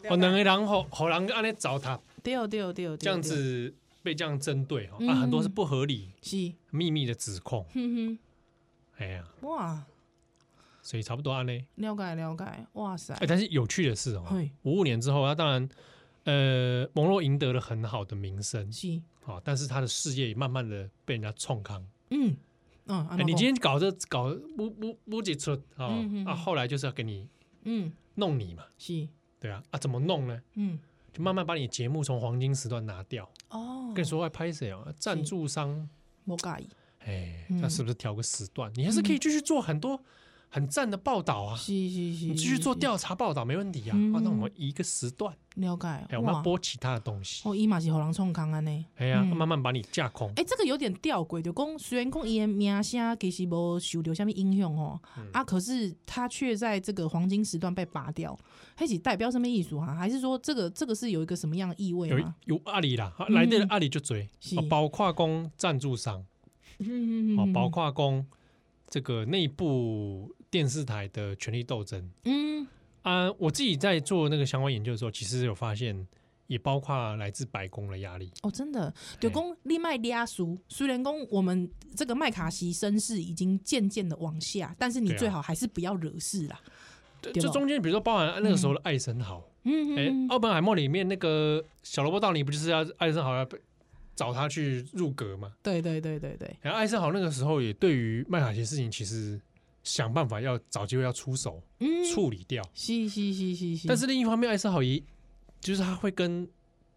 S3: 嗯
S2: 哦，两个人吼吼人安尼找他
S3: 对哦对哦对哦，对哦
S2: 这样子被这样针对哦啊，
S3: 嗯
S2: 很多是不合理
S3: 是，
S2: 秘密的指控。
S3: 哼
S2: 哎呀，
S3: 哼，哇，
S2: 所以差不多安内。
S3: 了解了解，哇塞
S2: 哎，，但是有趣的是哦，
S3: 嘿，
S2: 五五年之后，他当然呃蒙洛赢得了很好的名声
S3: 是，
S2: 哦，但是他的事业也慢慢的被人家冲康。
S3: 嗯嗯，
S2: 哎
S3: 安怎
S2: 你
S3: 讲
S2: 今天搞这搞不不不几出啊
S3: 嗯嗯嗯
S2: 啊，后来就是要给你
S3: 嗯
S2: 弄你嘛，
S3: 是
S2: 对啊啊，怎么弄呢？
S3: 嗯
S2: 就慢慢把你节目从黄金时段拿掉。
S3: 哦，
S2: 跟你说，哎，拍谁啊？赞助商，
S3: 我介意，
S2: 哎，
S3: 嗯
S2: 那是不是调个时段？你还是可以继续做很多很赞的报道啊，
S3: 是是是，
S2: 你继续做
S3: 是，
S2: 调查报道没问题啊。
S3: 嗯
S2: 啊，那我们移一个时段，
S3: 了解，
S2: 哎，我们要
S3: 哇，
S2: 播其他的东西。
S3: 哦，伊嘛是互人创康安尼。
S2: 哎呀，
S3: 嗯
S2: 慢慢把你架空。
S3: 哎、欸，这个有点吊诡，就讲虽然讲伊的名声其实无受到什么影响哦，
S2: 嗯
S3: 啊，可是他却在这个黄金时段被拔掉，还是代表什么意思啊？还是说这个这个是有一个什么样的意味
S2: 有
S3: 吗？
S2: 有阿里啦，啊
S3: 哎嗯
S2: 来的阿里就追，
S3: 是
S2: 啊包括工赞助商，
S3: 嗯
S2: 啊，包括工这个内部电视台的权力斗争。
S3: 嗯
S2: 啊，我自己在做那个相关研究的时候，其实有发现，也包括来自白宫的压力。
S3: 哦，真的，就讲你卖利亚苏，虽然讲我们这个麦卡锡身世已经渐渐的往下，但是你
S2: 对啊
S3: 最好还是不要惹事啦。
S2: 对
S3: 对
S2: 就
S3: 吧
S2: 中间比如说包含那个时候的艾森豪，
S3: 嗯，
S2: 哎、
S3: 嗯嗯
S2: 奥本海默里面那个小萝卜道尼不就是要艾森豪要被找他去入阁嘛？
S3: 对对对对对，
S2: 然后艾森豪那个时候也对于麦卡锡事情其实想办法要找机会要出手
S3: 嗯，
S2: 处理掉，
S3: 是是是是是，
S2: 但是另一方面，艾森豪也就是他会跟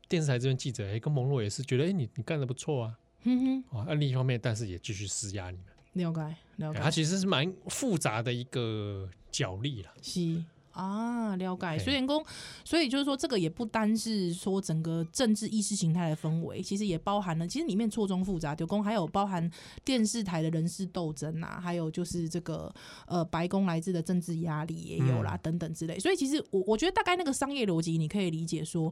S2: 电视台这边记者，哎、跟蒙洛也是觉得，哎、你你干的不错啊，
S3: 嗯哼，
S2: 哦，那、另一方面，但是也继续施压你们。
S3: 了解了
S2: 哎它
S3: 解，
S2: 其实是蛮复杂的一个角力啦。
S3: 是啊，了解。
S2: 嘿
S3: 所以公，所以就是说，这个也不单是说整个政治意识形态的氛围，其实也包含了，其实里面错综复杂。九公还有包含电视台的人事斗争啊，还有就是这个呃白宫来自的政治压力也有
S2: 嗯
S3: 啦，等等之类。所以其实我我觉得大概那个商业逻辑，你可以理解说，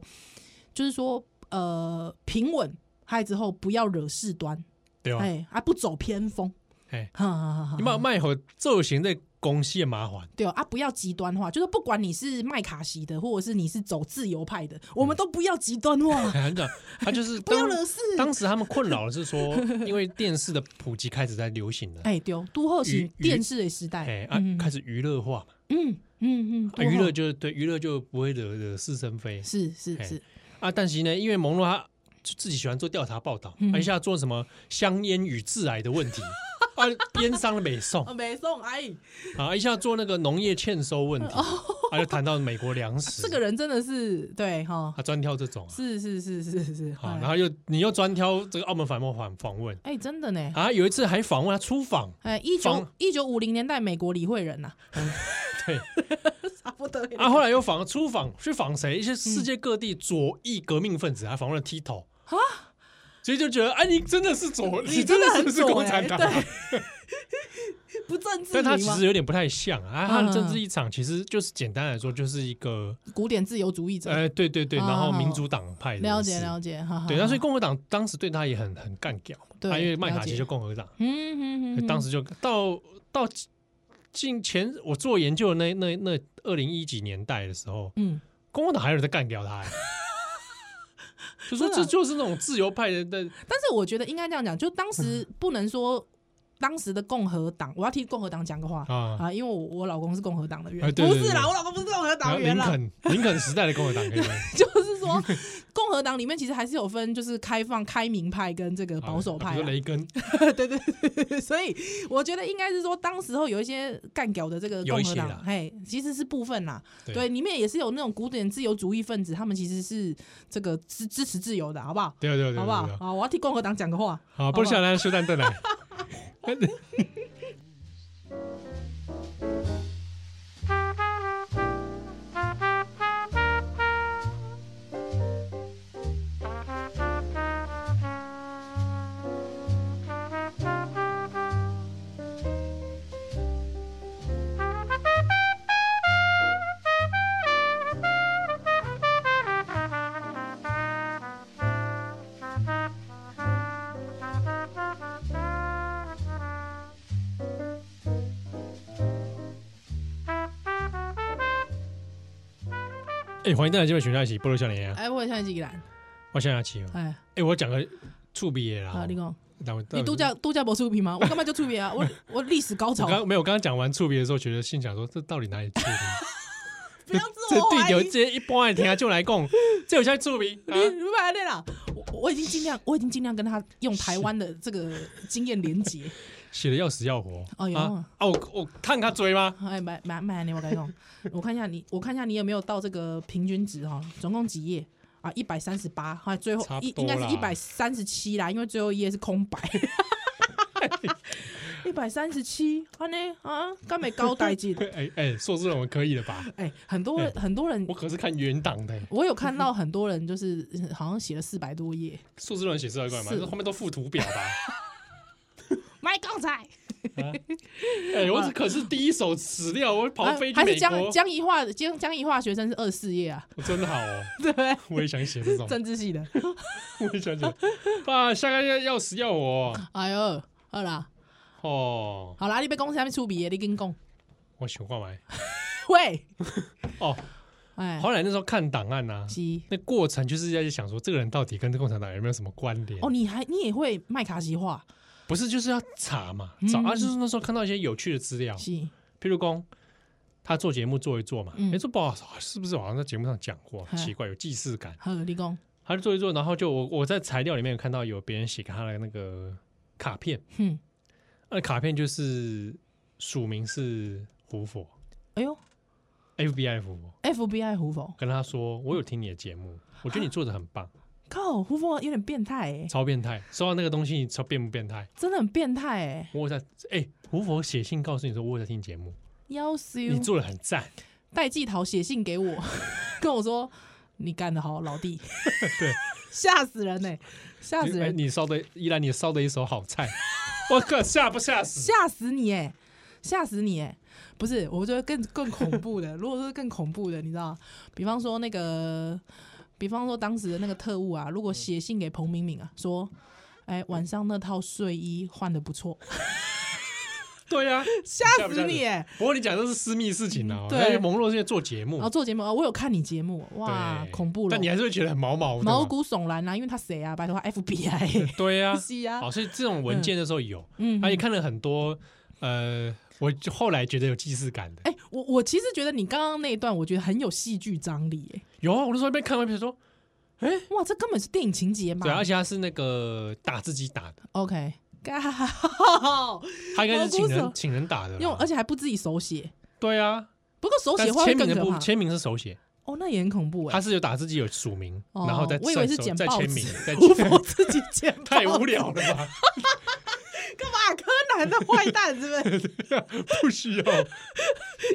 S3: 就是说呃平稳，还有之后不要惹事端，
S2: 对吧？
S3: 哎、啊不走偏锋，
S2: 哎，
S3: 哈哈哈哈
S2: 你把卖好造成的公司的麻 烦，
S3: 对哦啊，不要极端化，就是不管你是麦卡锡的，或者是你是走自由派的，我们都不要极 端化，
S2: 哎很讲他就是
S3: 不要
S2: 嗯当
S3: 惹事。
S2: 当时他们困扰的是说，因为电视的普及开始在流行了，
S3: 哎，对哦，都后是
S2: 娱娱
S3: 电视的时代
S2: 哎，啊
S3: 嗯
S2: 开始娱乐化嘛，
S3: 嗯嗯嗯
S2: 啊
S3: 都
S2: 娱
S3: 好
S2: 乐就对娱乐就不会惹惹是生非
S3: 是是
S2: 哎
S3: 是，
S2: 啊。但是呢，因为蒙洛他就自己喜欢做调查报道，
S3: 嗯
S2: 啊一下做什么香烟与致癌的问 题啊，边商的美颂
S3: 啊，没送阿姨，
S2: 啊，一下做那个农业欠收问题，啊就谈到美国粮食，
S3: 哦 这个人真的是对哈，
S2: 啊专挑这种啊，
S3: 是是是是是，
S2: 啊
S3: 哎
S2: 然后又你又专挑这个澳门反问访访问
S3: 哎，真的呢。
S2: 啊，有一次还访问他出访，
S3: 哎，一九
S2: 防
S3: 一九五零年代美国理会人呐，
S2: 嗯对。
S3: 差不多。
S2: 啊，后来又访出访去访谁？一些世界各地左翼革命分子，还访问了 Tito 啊，所以就觉得，哎，你真的是左，
S3: 你
S2: 真
S3: 真的
S2: 是不
S3: 很
S2: 是
S3: 左
S2: 共
S3: 哎
S2: 产党？
S3: 对，不政治
S2: 但他
S3: 迷
S2: 其
S3: 吗
S2: 实？有点不太像啊，他
S3: 嗯
S2: 的政治立场其实就是简单来说，就是一个，
S3: 古典自由主义者，
S2: 呃，对对对，
S3: 嗯
S2: 然后民主党派的人士，
S3: 了解了解，哈哈。
S2: 对，那所以
S3: 哈
S2: 共和党当时对他也很很干掉，
S3: 对
S2: 啊因为麦卡
S3: 了解
S2: 锡就共和党，
S3: 嗯嗯嗯，
S2: 当时就到到近前我做研究的那那那二零一几年代的时候，
S3: 嗯。
S2: 共和党还有人在干掉他、欸， 就说
S3: 真的
S2: 这
S3: 啊
S2: 就是那种自由派人的
S3: 但是我觉得应该这样讲，就当时
S2: 嗯
S3: 不能说当时的共和党，我要替共和党讲个话
S2: 啊，
S3: 啊，因为我我老公是共和党的员，
S2: 哎对对
S3: 不是
S2: 对
S3: 啦，
S2: 啊
S3: 我老公不是共和
S2: 然后
S3: 党员
S2: 林
S3: 啦，
S2: 肯林肯时代的共和党可以吗？
S3: 就是说共和党里面其实还是有分，就是开放开明派跟这个 保守
S2: 啊
S3: 派
S2: 比如
S3: 啊、
S2: 说雷根，
S3: 对对对对对，所以我觉得应该是说，当时候有一些干屌的这个
S2: 有一
S3: 共
S2: 些
S3: 和党
S2: 啦，
S3: 嘿，其实是部分啦，
S2: 对
S3: 对，里面也是有那种古典自由主义分子，他们其实是这个支支持自由的，好不好？
S2: 对对对对
S3: 好
S2: 对
S3: 不好
S2: 对？
S3: 啊，我要替共和党讲个话。
S2: 好，不下来休战凳 来，哎哎，欢迎大家这边选在一起，菠萝少年啊，
S3: 哎，我也像一个人，
S2: 我想要起哦，
S3: 哎，
S2: 哎，我讲个触鼻的啦
S3: 好，，你讲。
S2: 但我
S3: 你度，假度假不出名吗？我干嘛就出 名啊？我我历史高
S2: 我
S3: 潮，
S2: 刚没有，我刚刚讲完触鼻的时候，觉得心想说，这到底哪里触 鼻？
S3: 不要自
S2: 这
S3: 我
S2: 对
S3: 怀
S2: 有
S3: 疑。
S2: 这一般的听就来讲，这有像触鼻啊
S3: 你你买的啦！我我已经尽量，我已经尽量跟他用台湾的这个经验连接。
S2: 写的要死要活，
S3: 哎呦
S2: 啊啊，我我看他追吗？
S3: 哎，买买买你，我跟你讲， 我看一下你，我看一下你有没有到这个平均值哈、哦，总共几页啊？一百三十八，后来最后
S2: 差不
S3: 一
S2: 多
S3: 应
S2: 啦
S3: 该是一百三十七啦，因为最后一页是空 白。一百三十七，安呢啊，干没 高代进？
S2: 哎哎，硕士论文可以了吧？
S3: 哎、很多人，很多人
S2: 我可是看原档的、
S3: 我有看到很多人就是嗯好像写了四百多页，
S2: 数字乱写出来干嘛？
S3: 是
S2: 这后面都附图表 吧？
S3: 买钢材，
S2: 哎、我这可是第一手史料，我跑
S3: 啊
S2: 哦飞去
S3: 还是
S2: 美
S3: 江
S2: 国，
S3: 江宜化的江江宜化学生是二四页啊，
S2: 我真好哦！
S3: 对不 对？
S2: 我也想写这种，
S3: 政治系的，
S2: 我也想写。爸，啊下个月要死要活
S3: 哎呦，好啦，
S2: 哦！
S3: 好啦，你被公司还没出笔，你跟讲，
S2: 我想干嘛？
S3: 喂，
S2: 哦，
S3: 哎，
S2: 后来那时候看档案呐、啊，
S3: 是
S2: 那过程就是在想说，这个人到底跟共产党有没有什么关联？
S3: 哦，你还你也会麦卡锡话，
S2: 不是，就是要查嘛，
S3: 嗯
S2: 找、啊，就是那时候看到一些有趣的资料，
S3: 是，
S2: 譬如说他做节目做一做嘛，哎、
S3: 嗯
S2: 说不好，是不是好像在节目上讲过？
S3: 嗯
S2: 奇怪，有既视感。
S3: 好，你讲，
S2: 他就做一做，然后就我我在材料里面有看到有别人写给他的那个卡片，
S3: 哼，
S2: 那卡片就是署名是胡佛
S3: 哎呦
S2: FBI 胡佛，
S3: ，FBI 胡佛，
S2: 跟他说我有听你的节目，
S3: 啊
S2: 我觉得你做的很棒，
S3: 靠，胡佛有点变态哎，
S2: 超变态。收到那个东西，你超变不变态？
S3: 真的很变态哎，
S2: 我有在哎、胡佛写信告诉你说我有在听节目，
S3: 要死，
S2: 你做的很赞，
S3: 戴季陶写信给 我，跟我说你干得好，老弟，
S2: 对，
S3: 吓死人呢、欸吓死
S2: 哎
S3: 人，
S2: 你烧的依然你烧的一手好 菜，我靠，吓不吓死？
S3: 吓死你哎、吓死你哎、不是，我觉得更更恐 怖的，如果说更恐怖的，你知道，比方说那个，比方说当时的那个特务啊，如果写信给彭敏敏啊，说，哎、晚上那套睡衣换的 不错，
S2: 对呀、
S3: 吓
S2: 吓不
S3: 死
S2: 吓
S3: 你
S2: 死
S3: 哎、
S2: 不过你讲的是私密事情啊，
S3: 对
S2: 因为蒙洛现在做节目
S3: 然后，做节目啊，我有看你节目，哇，
S2: 对
S3: 恐怖了
S2: 但你，还是会觉得很毛毛的嘛
S3: 毛骨悚然啊，因为他谁啊？拜托他 FBI，
S2: 对呀、
S3: 是啊
S2: 哦，所以这种文件的时候有，
S3: 嗯，
S2: 而且看了很多，呃，我就后来觉得有既视感的，
S3: 哎、我我其实觉得你刚刚那一段，我觉得很有戏剧张力、哎，
S2: 有啊，我那时候一边看完一边说，
S3: 哇，这根本是电影情节嘛。
S2: 对，而啊且他是那个打自己打的，
S3: OK，靠，
S2: 他应该是请
S3: 毛骨
S2: 人
S3: 悚
S2: 请人打的啦，
S3: 用而且还不自己手写，
S2: 对啊，
S3: 不过手
S2: 但
S3: 写
S2: 是
S3: 会不会
S2: 签名
S3: 更
S2: 的
S3: 可
S2: 不
S3: 怕。
S2: 签名是手写，
S3: 哦，那也很恐怖哎、
S2: 他是有打自己有署名，
S3: 哦
S2: 然后再
S3: 我以为是
S2: 再
S3: 剪
S2: 再
S3: 报
S2: 签
S3: 纸
S2: 名，再
S3: 我
S2: 签
S3: 我自己剪报纸，
S2: 太无聊了吧？
S3: 干嘛？柯南的坏蛋是不 是？
S2: 不需要，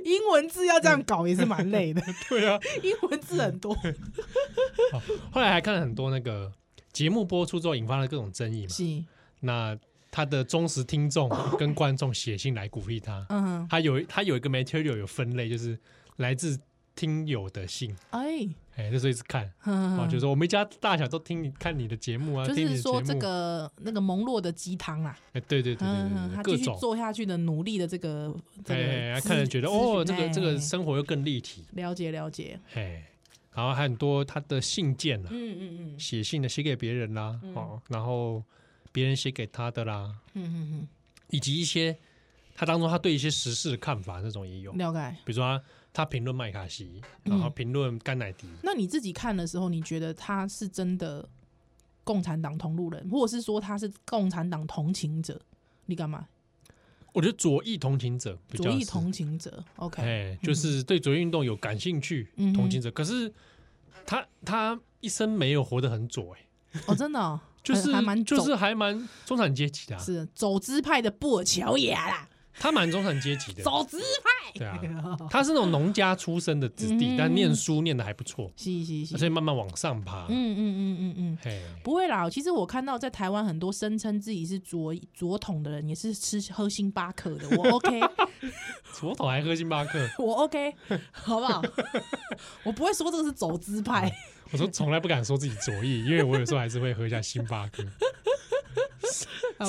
S3: 英文字要这样搞也是蛮累的，
S2: 对啊。
S3: 英文字很多。
S2: 后来还看了很多那个节目播出之后引发了各种争议嘛，
S3: 是，
S2: 那他的忠实听 众跟观众写信来鼓励他，
S3: 嗯哼，
S2: 他有他有一个 material 有分类，就是来自听友的信，
S3: 哎，
S2: 哎，那时候一直看。
S3: 嗯
S2: 啊，就是说我们一家大小都听你看你的节目啊，
S3: 就
S2: 听你的
S3: 是
S2: 节
S3: 说
S2: 目。
S3: 这个那个蒙洛的鸡汤啦，
S2: 哎，对对对对
S3: 嗯，
S2: 对
S3: 他
S2: 对，各
S3: 继续
S2: 种
S3: 做下去的努力的这个这
S2: 哎，
S3: 个
S2: 哎
S3: 资，
S2: 看人觉得
S3: 资
S2: 哦，这
S3: 讯
S2: 个这
S3: 哎
S2: 个生活又更立体，
S3: 了解了解，
S2: 哎，然后还有很多他的信件啊，
S3: 嗯嗯嗯
S2: 写信的写给别人啦，哦，然后别人写给他的啦，
S3: 嗯嗯
S2: 以及一些他当中他对一些时事的看法那种也有
S3: 嗯，，了解。
S2: 比如说他他评论麦卡锡，然后评论甘乃迪，
S3: 那你自己看的时候，你觉得他是真的共产党同路人，或者是说他是共产党同情者？你干嘛？
S2: 我觉得左翼同情者比较
S3: 左翼
S2: 是
S3: 同情者，OK，嗯
S2: 哎，就是对左翼运动有感兴趣，
S3: 嗯哼
S2: 同情者。可是他他一生没有活得很左，哎，
S3: 哦，真的哦，
S2: 就是
S3: 还还蛮
S2: 就
S3: 走
S2: 是还蛮中产阶级的啊，
S3: 是走资派的布尔乔亚啦，
S2: 他蛮中产阶级的，
S3: 走资
S2: 对啊
S3: 派，，
S2: 他是那种农家出身的子弟
S3: 嗯，
S2: 但念书念的还不错，
S3: 是是是，
S2: 所以慢慢往上爬
S3: 嗯，嗯嗯嗯嗯。
S2: 嘿，
S3: 不会啦，其实我看到在台湾很多声称自己是左左统的人，也是吃喝星巴克的。我 OK，
S2: 左头还喝星巴克，
S3: 我 OK，好不好？ 我不会说这个是走资派，
S2: 我说从来不敢说自己左 翼，因为我有时候还是会喝一下星巴克，哦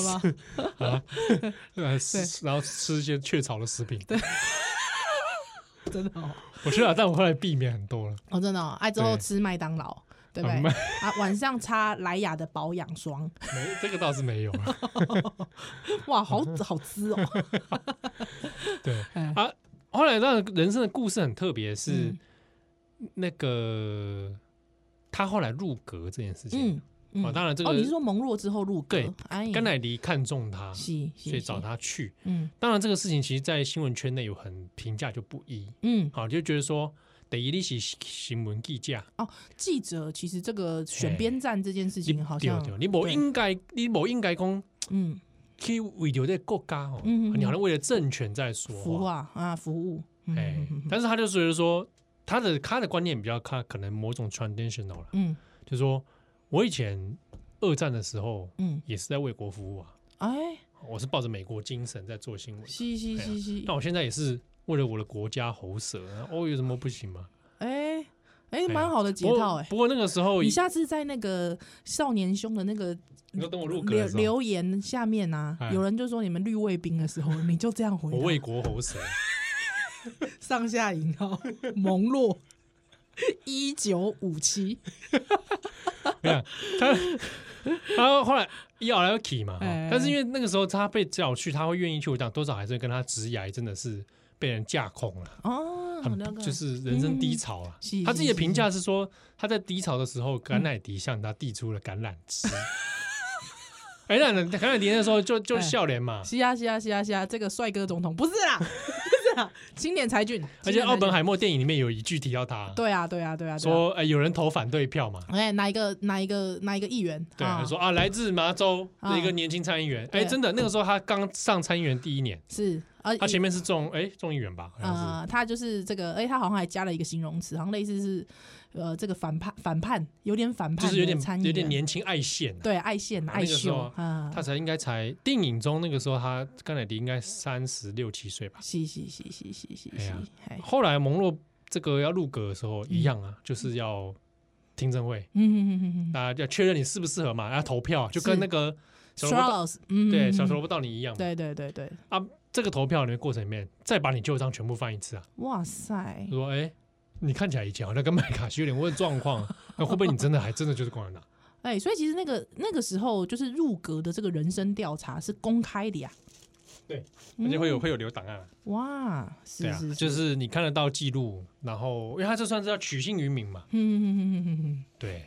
S2: 啊
S3: 好不好？
S2: 呃，吃然后吃一些雀巢的食品，
S3: 真的哦，
S2: 我去了，但我后来避免很多了，
S3: 哦真的哦，爱之后
S2: 对
S3: 吃麦当劳，对不
S2: 啊
S3: 对？
S2: 麦
S3: 啊，晚上擦莱雅的保养霜，
S2: 没这个倒是没有啊。
S3: 哇，好
S2: 嗯
S3: 好吃哦。
S2: 对
S3: 嗯
S2: 啊，后来那人生的故事很特别，是
S3: 嗯
S2: 那个他后来入阁这件事情
S3: 嗯。嗯
S2: 哦，当然这个
S3: 哦，你是说蒙洛之后入阁
S2: 对？
S3: 哎，
S2: 甘乃迪看中他，所
S3: 是，是
S2: 以找。
S3: 是
S2: 他去。
S3: 嗯
S2: 当然这个事情其实，在新闻圈内有很评价就不一，
S3: 嗯，
S2: 好就觉得说得一利息新闻记价，
S3: 记者其实这个选边站这件事
S2: 你
S3: 情好
S2: 对
S3: 像
S2: 对，你某
S3: 对
S2: 应该你某应该讲
S3: 嗯
S2: 去为了这个国家哦，
S3: 嗯嗯嗯
S2: 你好像为了政权在说
S3: 服
S2: 话，
S3: 啊啊服务，嗯
S2: 哎
S3: 嗯嗯，嗯
S2: 但是他就觉得说他的他的观念比较看可能某种 traditional 了。
S3: 嗯
S2: 就说我以前二战的时候
S3: 嗯，
S2: 也是在为国服务啊，
S3: 哎，
S2: 我是抱着美国精神在做新闻，
S3: 是是
S2: 哎呀
S3: 是是
S2: 那，我现在也是为了我的国家喉舌，哦，有什么不行吗？
S3: 哎哎，
S2: 呀
S3: 蛮好的节
S2: 不过
S3: 套哎。
S2: 不过那个时候，
S3: 你
S2: 你
S3: 下次在那个少年兄的那个
S2: 说等我入阁
S3: 留
S2: 的时候，
S3: 留言下面啊，
S2: 哎
S3: 有人就说你们绿卫兵 的时候，你就这样回答，
S2: 我为国喉舌，
S3: 上下 引号蒙洛一九五七，
S2: 没有他，然后后来一后来要 k 嘛，
S3: 哎
S2: 哈但是因为那个时候他被叫去，他会愿意去，我讲多少还是会跟他直涯真的是被人架空了。
S3: 哦，
S2: 很
S3: 那个
S2: 啊就是人生低潮啊
S3: 嗯是。
S2: 他自己
S3: 是
S2: 的
S3: 是嗯
S2: 评价是说，他在低潮的时候，甘乃迪向他递出了橄榄枝。 哎，那那甘乃迪那时候就就
S3: 哎
S2: 笑脸嘛，
S3: 是啊是啊是啊是啊，这个帅哥总统不是 啊啦，不是啦，青年才俊，
S2: 而
S3: 青
S2: 且
S3: 年才俊
S2: 奥本海默电影里面有一句提到他，
S3: 啊对啊对啊对啊，对啊
S2: 说哎有人投反对票嘛，
S3: 哎哪一个哪一个哪一个议员，
S2: 对，
S3: 啊
S2: 他说啊来自麻州的一
S3: 啊
S2: 个年轻参议员，哎
S3: 对啊嗯
S2: 真的那个时候他刚上参议员第一年，
S3: 是啊，
S2: 他前面是众哎众议员吧，好像是
S3: 呃，他就是这个，哎、他好像还加了一个形容词，好像类似是呃，这个反叛反叛，有点反叛
S2: 就
S3: 的
S2: 是有
S3: 参议员，
S2: 点有点年轻爱现啊，
S3: 对爱线
S2: 啊那
S3: 爱
S2: 个时
S3: 秀
S2: 候
S3: 啊
S2: 他，才应该才电影中那个时候他甘乃迪应该三十六七岁吧。
S3: 是是是是是是
S2: 哎
S3: 是
S2: 呀，
S3: 嘿
S2: 后来蒙洛这个要入阁的时候一样啊，就是要听证会，
S3: 嗯嗯嗯嗯嗯
S2: 大家要确认你适不适合嘛，要投票啊，就跟
S3: 是
S2: 那个小萝卜道
S3: ，Charles，嗯，
S2: 对小
S3: 嗯
S2: 小萝卜道理一样嘛。
S3: 对对对对，
S2: 啊，这个投票里面过程里面再把你旧章全部翻一次啊，
S3: 哇塞，
S2: 说哎。你看起来以前好像跟麦卡锡有点问状况，啊 那会不会你真的还真的就是共产党？
S3: 哎、所以其实那个那个时候就是入阁的这个人生调查是公开的呀，
S2: 对，
S3: 嗯
S2: 而且会有会有留档案啊，
S3: 哇，
S2: 对
S3: 是
S2: 啊
S3: 是，，
S2: 就是是你看得到记录，然后因为他这算是要取信于民嘛，
S3: 嗯嗯嗯嗯 嗯，
S2: 对，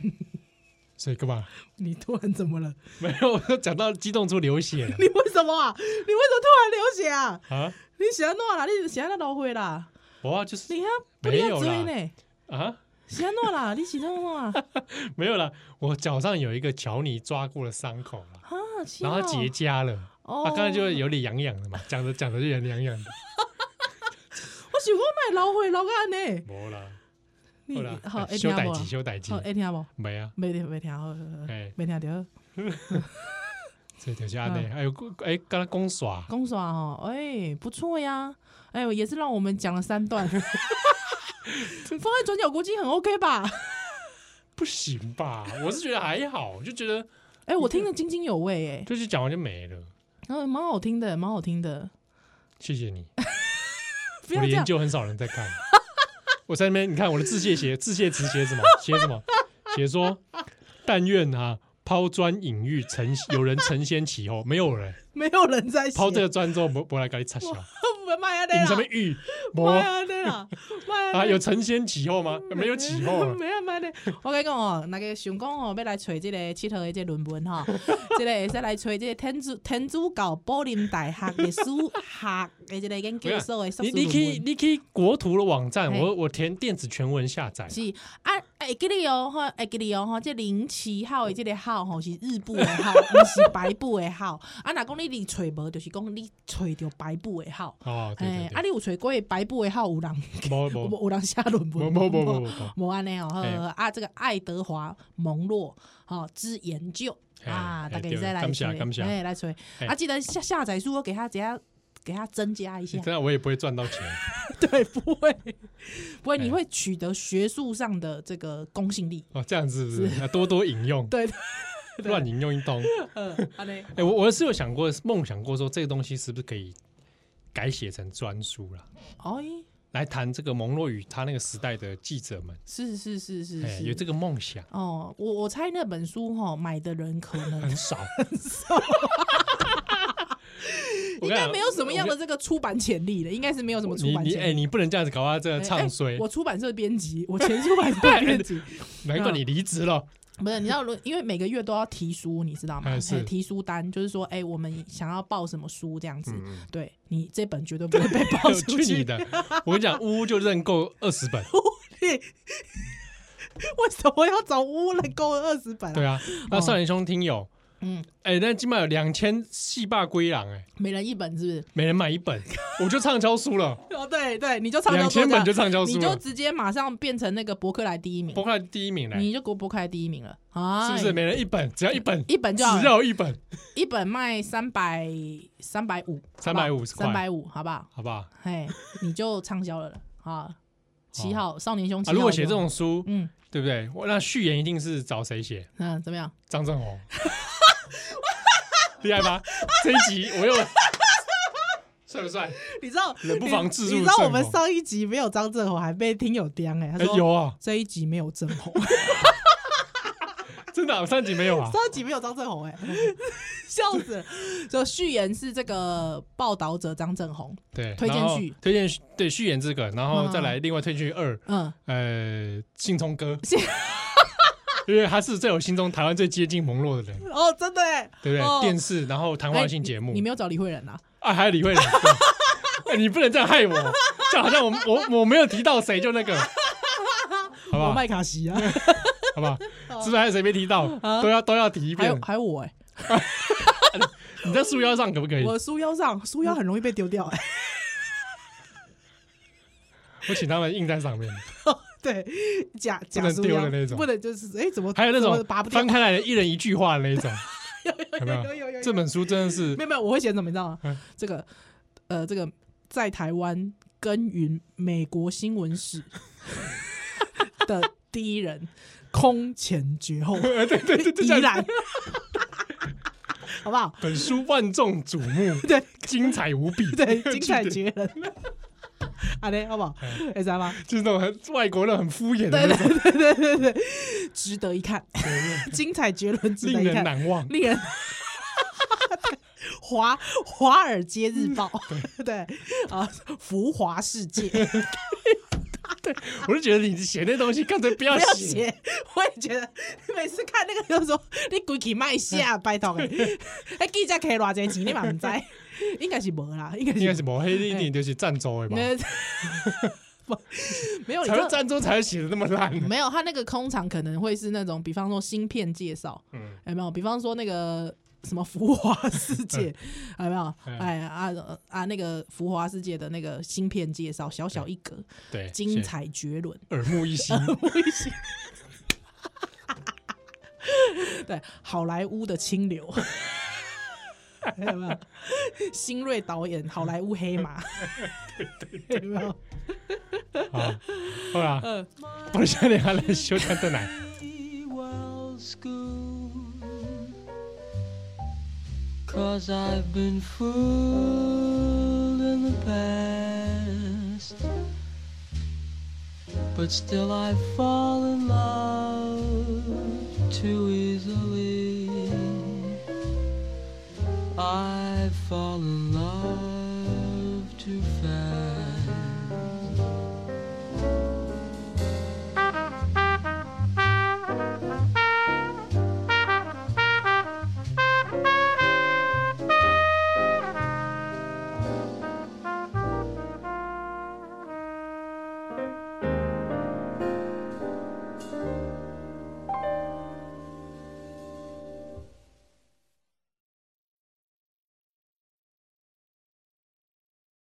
S2: 所以干嘛？
S3: 你突然怎么了？
S2: 没有，我讲到激动处流血了
S3: 你为什么啊？你为什么突然流血啊？
S2: 啊！
S3: 你喜欢诺啦？你喜欢那老灰啦？
S2: 哇，就是
S3: 你啊，不
S2: 没有
S3: 要
S2: 啦
S3: 追呢？
S2: 啊，
S3: 喜欢诺啦？你喜欢诺啦？
S2: 没有啦，我脚上有一个乔尼抓过的伤口啦，
S3: 啊，奇
S2: 然后
S3: 妙
S2: 结痂了，
S3: 哦，
S2: 他啊刚才就有点痒痒的嘛，讲着讲着就有点痒痒的，
S3: 我想讲那老灰老干呢？
S2: 没啦，
S3: 你
S2: 好啦，哎
S3: 好，哎会
S2: 修
S3: 听
S2: 代
S3: 无啊
S2: 机？修代机
S3: 好，，哎会听无？
S2: 没啊，
S3: 没听，没听，好好好
S2: 哎
S3: 没听到。
S2: 所以就是安
S3: 嗯
S2: 内，还有哎，跟他公耍，
S3: 公耍哦，哎，不错呀，哎，也是让我们讲了三 段。放在转角国际很 OK 吧？
S2: 不行吧？我是觉得还好，就觉得
S3: 哎，我听得津津有味，哎，
S2: 就是讲完就没了，
S3: 然后蛮好听的，蛮好听的。
S2: 谢谢你。
S3: 不
S2: 我
S3: 要
S2: 的
S3: 这
S2: 研
S3: 样，
S2: 究很少人在 看。我在那边，你看我的致谢写致谢词写什么？ 写什么？写说但愿啊，抛砖引玉，成有人承先启后，没有人
S3: 没有人在写
S2: 抛这个砖之后，不不来给你插小，
S3: 不卖啊，
S2: 引什么玉？没
S3: 卖啊，对啦，卖
S2: 啊，有承先启后吗？没有启后啊，
S3: 没有没有，我跟你讲哦，那个想讲哦，要来找这个佚佗的这论文 哈，这个会使来找这个天主天主教柏林大学历史学的这个研究所的硕
S2: 你
S3: 士
S2: 你可以
S3: 论文。
S2: 你可以国图的网站，
S3: 嘿
S2: 我我填电子全文下载。
S3: 哎是啊，会记得哦，吼，会记得哦，吼，这零七号的这个号吼是日部的 号，不是白部的号。啊，若讲你你找无，就是讲你找着白部的号。
S2: 哦，对哦
S3: 哎
S2: 对，对，
S3: 啊，你有找过白部的号有人
S2: 没没
S3: 有有人写论
S2: 没
S3: 文？
S2: 没没没没，
S3: 摩安内哦，呵
S2: 嘿
S3: 啊，这个爱德华蒙洛哦之研究
S2: 嘿
S3: 啊，
S2: 嘿
S3: 大概
S2: 对
S3: 再来
S2: 感谢
S3: 吹
S2: 感谢
S3: 哎，来吹
S2: 嘿
S3: 啊，记得下下载数给他怎样。给他增加一 下
S2: 你，这样我也不会赚到钱。
S3: 对，不会，不会，
S2: 嘿
S3: 你会取得学术上的这个公信力，
S2: 哦，这样子是不是？要多多引用，
S3: 对，
S2: 乱引用一通。
S3: 呃，好嘞，
S2: 哎、我我是有想过，梦想过说这个东西是不是可以改写成专书啦，
S3: 哎，
S2: 来谈这个蒙洛与他那个时代的记者们，
S3: 是是是是
S2: 哎、
S3: 是，
S2: 有这
S3: 个
S2: 个梦想
S3: 哦，我我猜那本书哈，买的人可能
S2: 很 少，我
S3: 应
S2: 跟你讲
S3: 该没有什么样 的
S2: 我
S3: 这个出版潜力了，应该是没有什么出
S2: 你
S3: 版
S2: 你哎、
S3: 潜力。
S2: 你不能这样子搞啊，这个唱衰，
S3: 哎我出版社编辑，我前出 版社编辑，
S2: 难怪你离职 了。
S3: 不是，你知道，如因为每个月都要提书，你知道吗？
S2: 哎是
S3: 哎提书单，就是说，哎、我们想要报什么书这样子。
S2: 嗯嗯
S3: 对你这本绝对不会被报出
S2: 去你
S3: 去。
S2: 的！我跟你讲，呜呜就认购二十本，
S3: 为什么要找乌来勾二十本、啊？
S2: 对
S3: 啊，
S2: 啊。那少年兄听友，
S3: 嗯，
S2: 哎、那起码有两千戏霸归狼，哎，
S3: 每人一本是不是？
S2: 每人买一本，我就畅销书了，
S3: 哦，对对，你就畅销
S2: 两
S3: 作
S2: 千
S3: 家
S2: 本就畅销
S3: 你
S2: 书
S3: 就
S2: 了，
S3: 直接马上变成那个博客来第一名
S2: 博，客来第一名嘞，
S3: 你就国博客来第一名了啊！
S2: 是不是？每人一本，只要一本，
S3: 一本就好了
S2: 只要一本，
S3: 一本卖三百三百五，
S2: 350块
S3: 三百五，好不好？
S2: 好不好？啊，
S3: 嘿，你就畅销了了啊！七号少年兄七号
S2: 啊
S3: 就，
S2: 如果写这种书，
S3: 嗯
S2: 对不对？我那序言一定是找谁写？
S3: 嗯，怎么样？
S2: 张正 宏，厉害吧？这一集我又 帅不帅？
S3: 你知道
S2: 冷不防置入
S3: 你知道
S2: 正
S3: 我们
S2: 红
S3: 上一集没有张正宏，还被听友刁哎、欸，他
S2: 哦哎
S3: 说、
S2: 有啊，
S3: 这一集没有正 红，
S2: 真的啊上集没有啊？
S3: 上一集没有张正宏哎、欸， 笑死了。就序言是这个报道者张正宏，
S2: 对，
S3: 推荐
S2: 然后
S3: 序
S2: 推荐序对序言这个，然后再来另外推荐序二，
S3: 嗯，
S2: 呃，信聪哥
S3: 信，
S2: 因为他是在我心中台湾最接近蒙洛的人，
S3: 哦，真的哎、
S2: 对不
S3: 哦哎
S2: 对？电视，然后谈话性节目
S3: 你，没有找李慧仁啊？
S2: 啊，还有李慧玲，对哎你不能这样害我，这样好像我我我没有提到谁就那个，好不
S3: 我
S2: 好？
S3: 麦 卡锡啊，
S2: 好不好？是不是还有谁没提到？都要都要提一
S3: 啊还有
S2: 遍。
S3: 还有我哎、
S2: 你在树腰上可不可以？
S3: 我
S2: 我
S3: 的书腰上，书腰很容易被丢掉、哎，
S2: 请他们印在上面。
S3: 对，假
S2: 不
S3: 假
S2: 能
S3: 书
S2: 丢
S3: 腰
S2: 的那种
S3: 不能就是哎、怎么
S2: 还有那
S3: 怎么拔
S2: 种
S3: 不掉
S2: 翻？开来一人一句话的那种，有没
S3: 有有有有
S2: 这本书真的是
S3: 没有没有，我会写怎么你知道吗
S2: 嗯？
S3: 这个呃，这个在台湾耕耘美国新闻史的第一人，空前绝后，
S2: 对对对对，
S3: 依
S2: 这样
S3: 然，好不好？
S2: 本书万众瞩目，
S3: 对
S2: 精彩无比，
S3: 对，精彩
S2: 就是
S3: 绝人。好嘞，好不好？会知道吗？
S2: 就是那种很外国那种很敷衍的那种，
S3: 值得一看，精彩绝伦，值得
S2: 令
S3: 一
S2: 人
S3: 看，
S2: 难忘。
S3: 令人 华华尔街日报， 对啊，浮华世界，
S2: 我就觉得你写那东西，干脆不要
S3: 不要
S2: 写。
S3: 写，我也觉得每次看那个就说你鬼去卖下，拜托哎， 哎，记者开偌济钱你嘛唔知， 应该是无啦，应该
S2: 应该
S3: 是
S2: 是抹黑
S3: 哎
S2: 的一点就是赞州的吧，
S3: 没不没哦有，
S2: 才
S3: 你 知
S2: 会
S3: 道
S2: 赞州才会写的那么烂。
S3: 没有，他那个空场可能会是那种，比方说芯片介绍，
S2: 嗯
S3: 有没有？比方说那个什么浮华世 界，有没有？
S2: 嗯
S3: 哎啊呃啊，那个浮华世界的那个芯片介绍，小
S2: 嗯
S3: 小一格，
S2: 对，
S3: 精
S2: 写
S3: 彩嗯绝 伦。
S2: 耳目一 新。
S3: 对，好莱坞的清流， 有没有？新锐导演，好莱坞黑马，有没有？
S2: 好，好啦，
S3: 嗯
S2: 不是你还来修改的奶，
S1: well schooled. Cause I've been fooled in the past. But still I fall in love too easily. I fall in